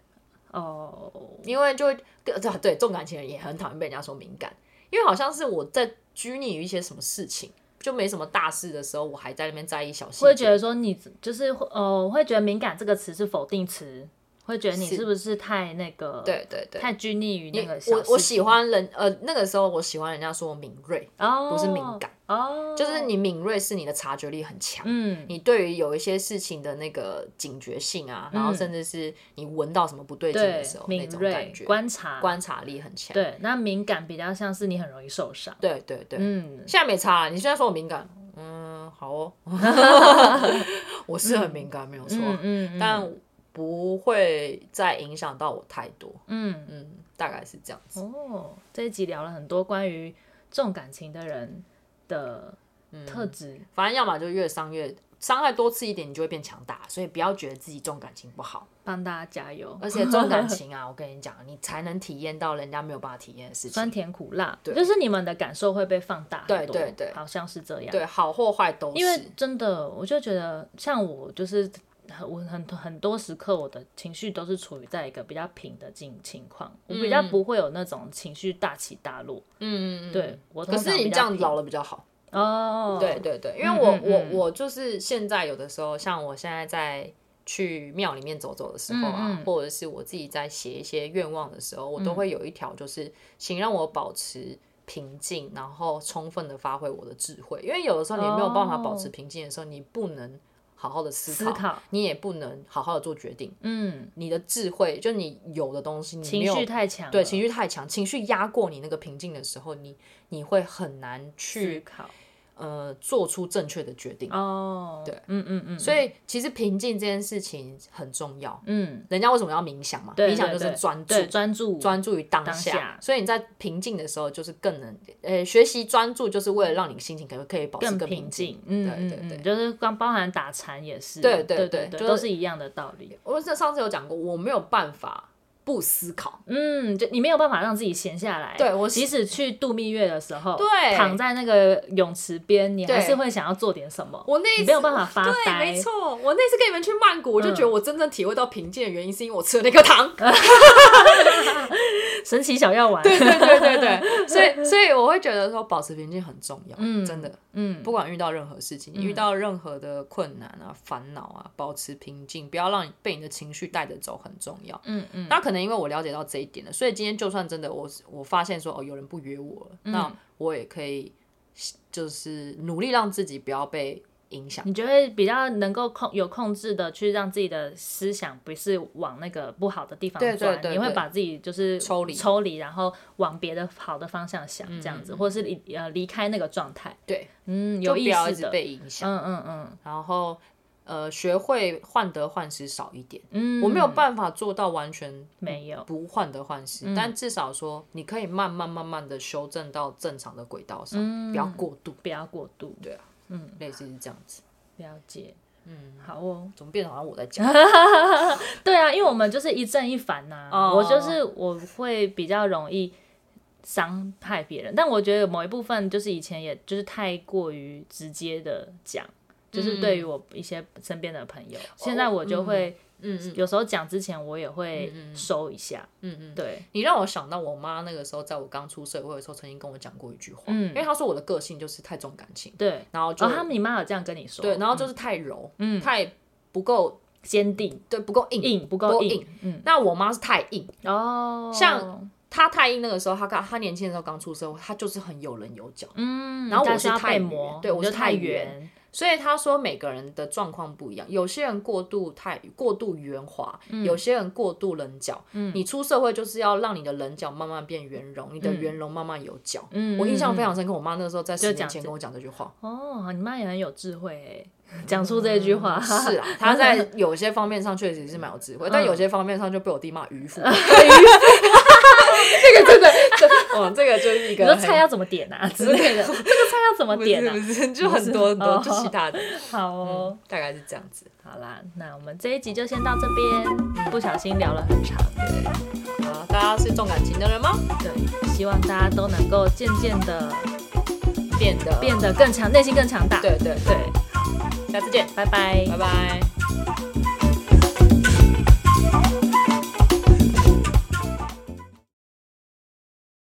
Speaker 2: 哦，
Speaker 1: 因为就会对对重感情人也很讨厌被人家说敏感，因为好像是我在拘泥于一些什么事情，就没什么大事的时候，我还在那边在意小细
Speaker 2: 会
Speaker 1: 节。
Speaker 2: 觉得说你就是会哦，会觉得敏感这个词是否定词，会觉得你
Speaker 1: 是
Speaker 2: 是不是太那个，
Speaker 1: 对对对，
Speaker 2: 太拘泥于那
Speaker 1: 你
Speaker 2: 个小
Speaker 1: 我我
Speaker 2: 事
Speaker 1: 喜
Speaker 2: 情
Speaker 1: 欢人呃那个时候我喜欢人家说我敏锐，
Speaker 2: 哦，
Speaker 1: 不是敏感，
Speaker 2: 哦，
Speaker 1: 就是你敏锐是你的察觉力很强。
Speaker 2: 嗯
Speaker 1: 你对于有一些事情的那个警觉性啊，然后甚至是你闻到什么不对劲
Speaker 2: 嗯对
Speaker 1: 的时候那
Speaker 2: 敏
Speaker 1: 种感
Speaker 2: 锐
Speaker 1: 觉，
Speaker 2: 观察
Speaker 1: 观察力很强。
Speaker 2: 对，那敏感比较像是你很容易受伤，
Speaker 1: 对对对，
Speaker 2: 嗯，
Speaker 1: 现在没差了。你现在说我敏感，嗯，好哦， 我是很敏感，没有错，
Speaker 2: 嗯嗯
Speaker 1: 但不会再影响到我太多。
Speaker 2: 嗯
Speaker 1: 嗯，大概是这样子。
Speaker 2: 哦，这一集聊了很多关于重感情的人的特质，
Speaker 1: 反正要么就越伤越伤害多次一点，你就会变强大。所以不要觉得自己重感情不 好，
Speaker 2: 帮大家加油，
Speaker 1: 而且重感情啊，我跟你讲，你才能体验到人家没有办法体验的事情
Speaker 2: 酸。甜苦辣，
Speaker 1: 对
Speaker 2: 就是你们的感受会被放大很
Speaker 1: 对
Speaker 2: 多，
Speaker 1: 对对
Speaker 2: 好像是这样，
Speaker 1: 对，好或坏都是。
Speaker 2: 因为真的，我就觉得像我就是。很我很很多时刻，我的情绪都是处于在一个比较平的境情况，我比较不会有那种情绪大起大落。
Speaker 1: 嗯嗯，嗯嗯
Speaker 2: 对我通
Speaker 1: 可
Speaker 2: 常
Speaker 1: 是你
Speaker 2: 比
Speaker 1: 这
Speaker 2: 较
Speaker 1: 样
Speaker 2: 平
Speaker 1: 老了比较好。
Speaker 2: 哦，
Speaker 1: 对，对对，因为我
Speaker 2: 嗯嗯
Speaker 1: 我我就是现在有的时候，像我现在在去庙里面走走的时候啊
Speaker 2: 嗯，嗯嗯
Speaker 1: 或者是我自己在写一些愿望的时候，我都会有一条，就是请让我保持。平静，然后充分的发挥我的智慧，因为有的时候你没有办法保持平静的时候，你不能好好的思
Speaker 2: 哦思考
Speaker 1: 你也不能好好的做决定。
Speaker 2: 嗯，
Speaker 1: 你的智慧，就你有的东西，你没
Speaker 2: 情
Speaker 1: 有
Speaker 2: 绪太强了，
Speaker 1: 对情绪太强，情绪压过你那个平静的时候，你你会很难
Speaker 2: 思
Speaker 1: 去
Speaker 2: 考
Speaker 1: 呃做出正确的决定。
Speaker 2: 哦，
Speaker 1: 对，
Speaker 2: 嗯嗯嗯，
Speaker 1: 所以其实平静这件事情很重要。
Speaker 2: 嗯，
Speaker 1: 人家为什么要冥想嘛？
Speaker 2: 对
Speaker 1: 冥想
Speaker 2: 对
Speaker 1: 就是
Speaker 2: 对
Speaker 1: 专注，
Speaker 2: 对，专注
Speaker 1: 专注于当下，
Speaker 2: 当下
Speaker 1: 所以你在平静的时候，就是更能呃学习专注，就是为了让你心情可以可以保持
Speaker 2: 更
Speaker 1: 更
Speaker 2: 平
Speaker 1: 静。
Speaker 2: 静，嗯
Speaker 1: 对对
Speaker 2: 嗯
Speaker 1: 对
Speaker 2: 嗯，就是光包含打禅也是，
Speaker 1: 对对
Speaker 2: 对
Speaker 1: 对
Speaker 2: 对，
Speaker 1: 就
Speaker 2: 都是一样的道理。
Speaker 1: 我这上次有讲过，我没有办法不思考，
Speaker 2: 嗯，就你没有办法让自己闲下来，
Speaker 1: 对我
Speaker 2: 即使去度蜜月的时候，
Speaker 1: 对
Speaker 2: 躺在那个泳池边，你还
Speaker 1: 对
Speaker 2: 是会想要做点什么，
Speaker 1: 我那一次
Speaker 2: 你没有办法发
Speaker 1: 对，
Speaker 2: 呆嗯
Speaker 1: 没错，我那次跟你们去曼谷，我就觉得我真正体会到平静的原因，是因为我吃了那颗糖。
Speaker 2: 神奇小药丸，
Speaker 1: 对对对对对，所以所以我会觉得说保持平静很重要，
Speaker 2: 嗯
Speaker 1: 真的，
Speaker 2: 嗯，
Speaker 1: 不管遇到任何事情，你遇到任何的困难啊、烦恼啊，保持平静，不要让你被你的情绪带着走，很重要。
Speaker 2: 嗯嗯，
Speaker 1: 那可能因为我了解到这一点了，所以今天就算真的我我发现说哦有人不约我了，
Speaker 2: 嗯
Speaker 1: 那我也可以就是努力让自己不要被影响。
Speaker 2: 你就会比较能够控有控制的去让自己的思想不是往那个不好的地方
Speaker 1: 对对
Speaker 2: 钻，
Speaker 1: 对
Speaker 2: 你会
Speaker 1: 对
Speaker 2: 把自己就是
Speaker 1: 抽离嗯
Speaker 2: 抽离，然后往别的好的方向想，这样子，或是离呃离开那个状态，
Speaker 1: 对，
Speaker 2: 嗯，
Speaker 1: 就
Speaker 2: 有
Speaker 1: 不
Speaker 2: 意
Speaker 1: 要一
Speaker 2: 思
Speaker 1: 直
Speaker 2: 的，
Speaker 1: 被影响。
Speaker 2: 嗯嗯嗯
Speaker 1: 然后呃，学会患得患失少一点。
Speaker 2: 嗯，
Speaker 1: 我没有办法做到完全
Speaker 2: 没有，
Speaker 1: 不患得患
Speaker 2: 嗯
Speaker 1: 失，但至少说你可以慢慢慢慢的修正到正常的轨道上，
Speaker 2: 嗯
Speaker 1: 不要过度，
Speaker 2: 不要过度，
Speaker 1: 对类似是这样子。
Speaker 2: 了解，嗯，好哦，
Speaker 1: 怎么变得好像我在讲？
Speaker 2: 嗯对啊，因为我们就是一正一反呐、
Speaker 1: 哦
Speaker 2: 我就是我会比较容易伤害别人，但我觉得某一部分就是以前也就是太过于直接的讲，就是对于我一些身边的朋友，现在我就会
Speaker 1: 嗯嗯
Speaker 2: 有时候讲之前我也会收一下，
Speaker 1: 嗯嗯，
Speaker 2: 对，
Speaker 1: 你让我想到我妈那个时候，在我刚出社会的时候，曾经跟我讲过一句话，
Speaker 2: 嗯
Speaker 1: 因为她说我的个性就是太重感情，
Speaker 2: 对。
Speaker 1: 然后就、
Speaker 2: 哦，他们你妈有这样跟你说，
Speaker 1: 对，然后就是太柔，
Speaker 2: 嗯
Speaker 1: 太不够，
Speaker 2: 坚定
Speaker 1: 对，不够硬。
Speaker 2: 硬不
Speaker 1: 不
Speaker 2: 够
Speaker 1: 够
Speaker 2: 硬
Speaker 1: 硬，
Speaker 2: 嗯，
Speaker 1: 那我妈是太硬，
Speaker 2: 哦，
Speaker 1: 像她太硬那个时候，她刚她年轻的时候刚出社会，她就是很有棱有角，
Speaker 2: 嗯，
Speaker 1: 然后我
Speaker 2: 但是
Speaker 1: 是
Speaker 2: 要
Speaker 1: 太
Speaker 2: 被
Speaker 1: 圆
Speaker 2: 磨，
Speaker 1: 对
Speaker 2: 你
Speaker 1: 我
Speaker 2: 就是
Speaker 1: 太
Speaker 2: 圆，
Speaker 1: 所以她说每个人的状况不一样，有些人过度太过度圆滑，
Speaker 2: 嗯
Speaker 1: 有些人过度棱角。你出社会就是要让你的棱角慢慢变圆融，你的圆融慢慢有角。
Speaker 2: 嗯
Speaker 1: 我印象
Speaker 2: 嗯
Speaker 1: 非常深刻，我妈那个时候在
Speaker 2: 就
Speaker 1: 十
Speaker 2: 讲
Speaker 1: 年前
Speaker 2: 这
Speaker 1: 跟我讲这句 话。
Speaker 2: 哦，你妈也很有智慧哎，讲出这句话，
Speaker 1: 是 啊，他在有些方面上确实是蛮有智
Speaker 2: 嗯
Speaker 1: 慧，但有些方面上就被我弟骂 渔夫。 这个真的， 这哦，这个就是一
Speaker 2: 你
Speaker 1: 个
Speaker 2: 说
Speaker 1: 很
Speaker 2: 菜要怎么点啊之类的，这个菜要怎么
Speaker 1: 不是
Speaker 2: 点啊
Speaker 1: 不？是就很多很多，
Speaker 2: 哦
Speaker 1: 就其他的，
Speaker 2: 好哦，
Speaker 1: 大概是这样子。
Speaker 2: 好啦，那我们这一集就先到这边，嗯不小心聊了很长，
Speaker 1: 好，大家是重感情的人吗？
Speaker 2: 对，希望大家都能够渐渐的
Speaker 1: 变得
Speaker 2: 变得更强，内心更强大，
Speaker 1: 对对对，
Speaker 2: 对，
Speaker 1: 下次见，
Speaker 2: 拜拜
Speaker 1: 拜。拜。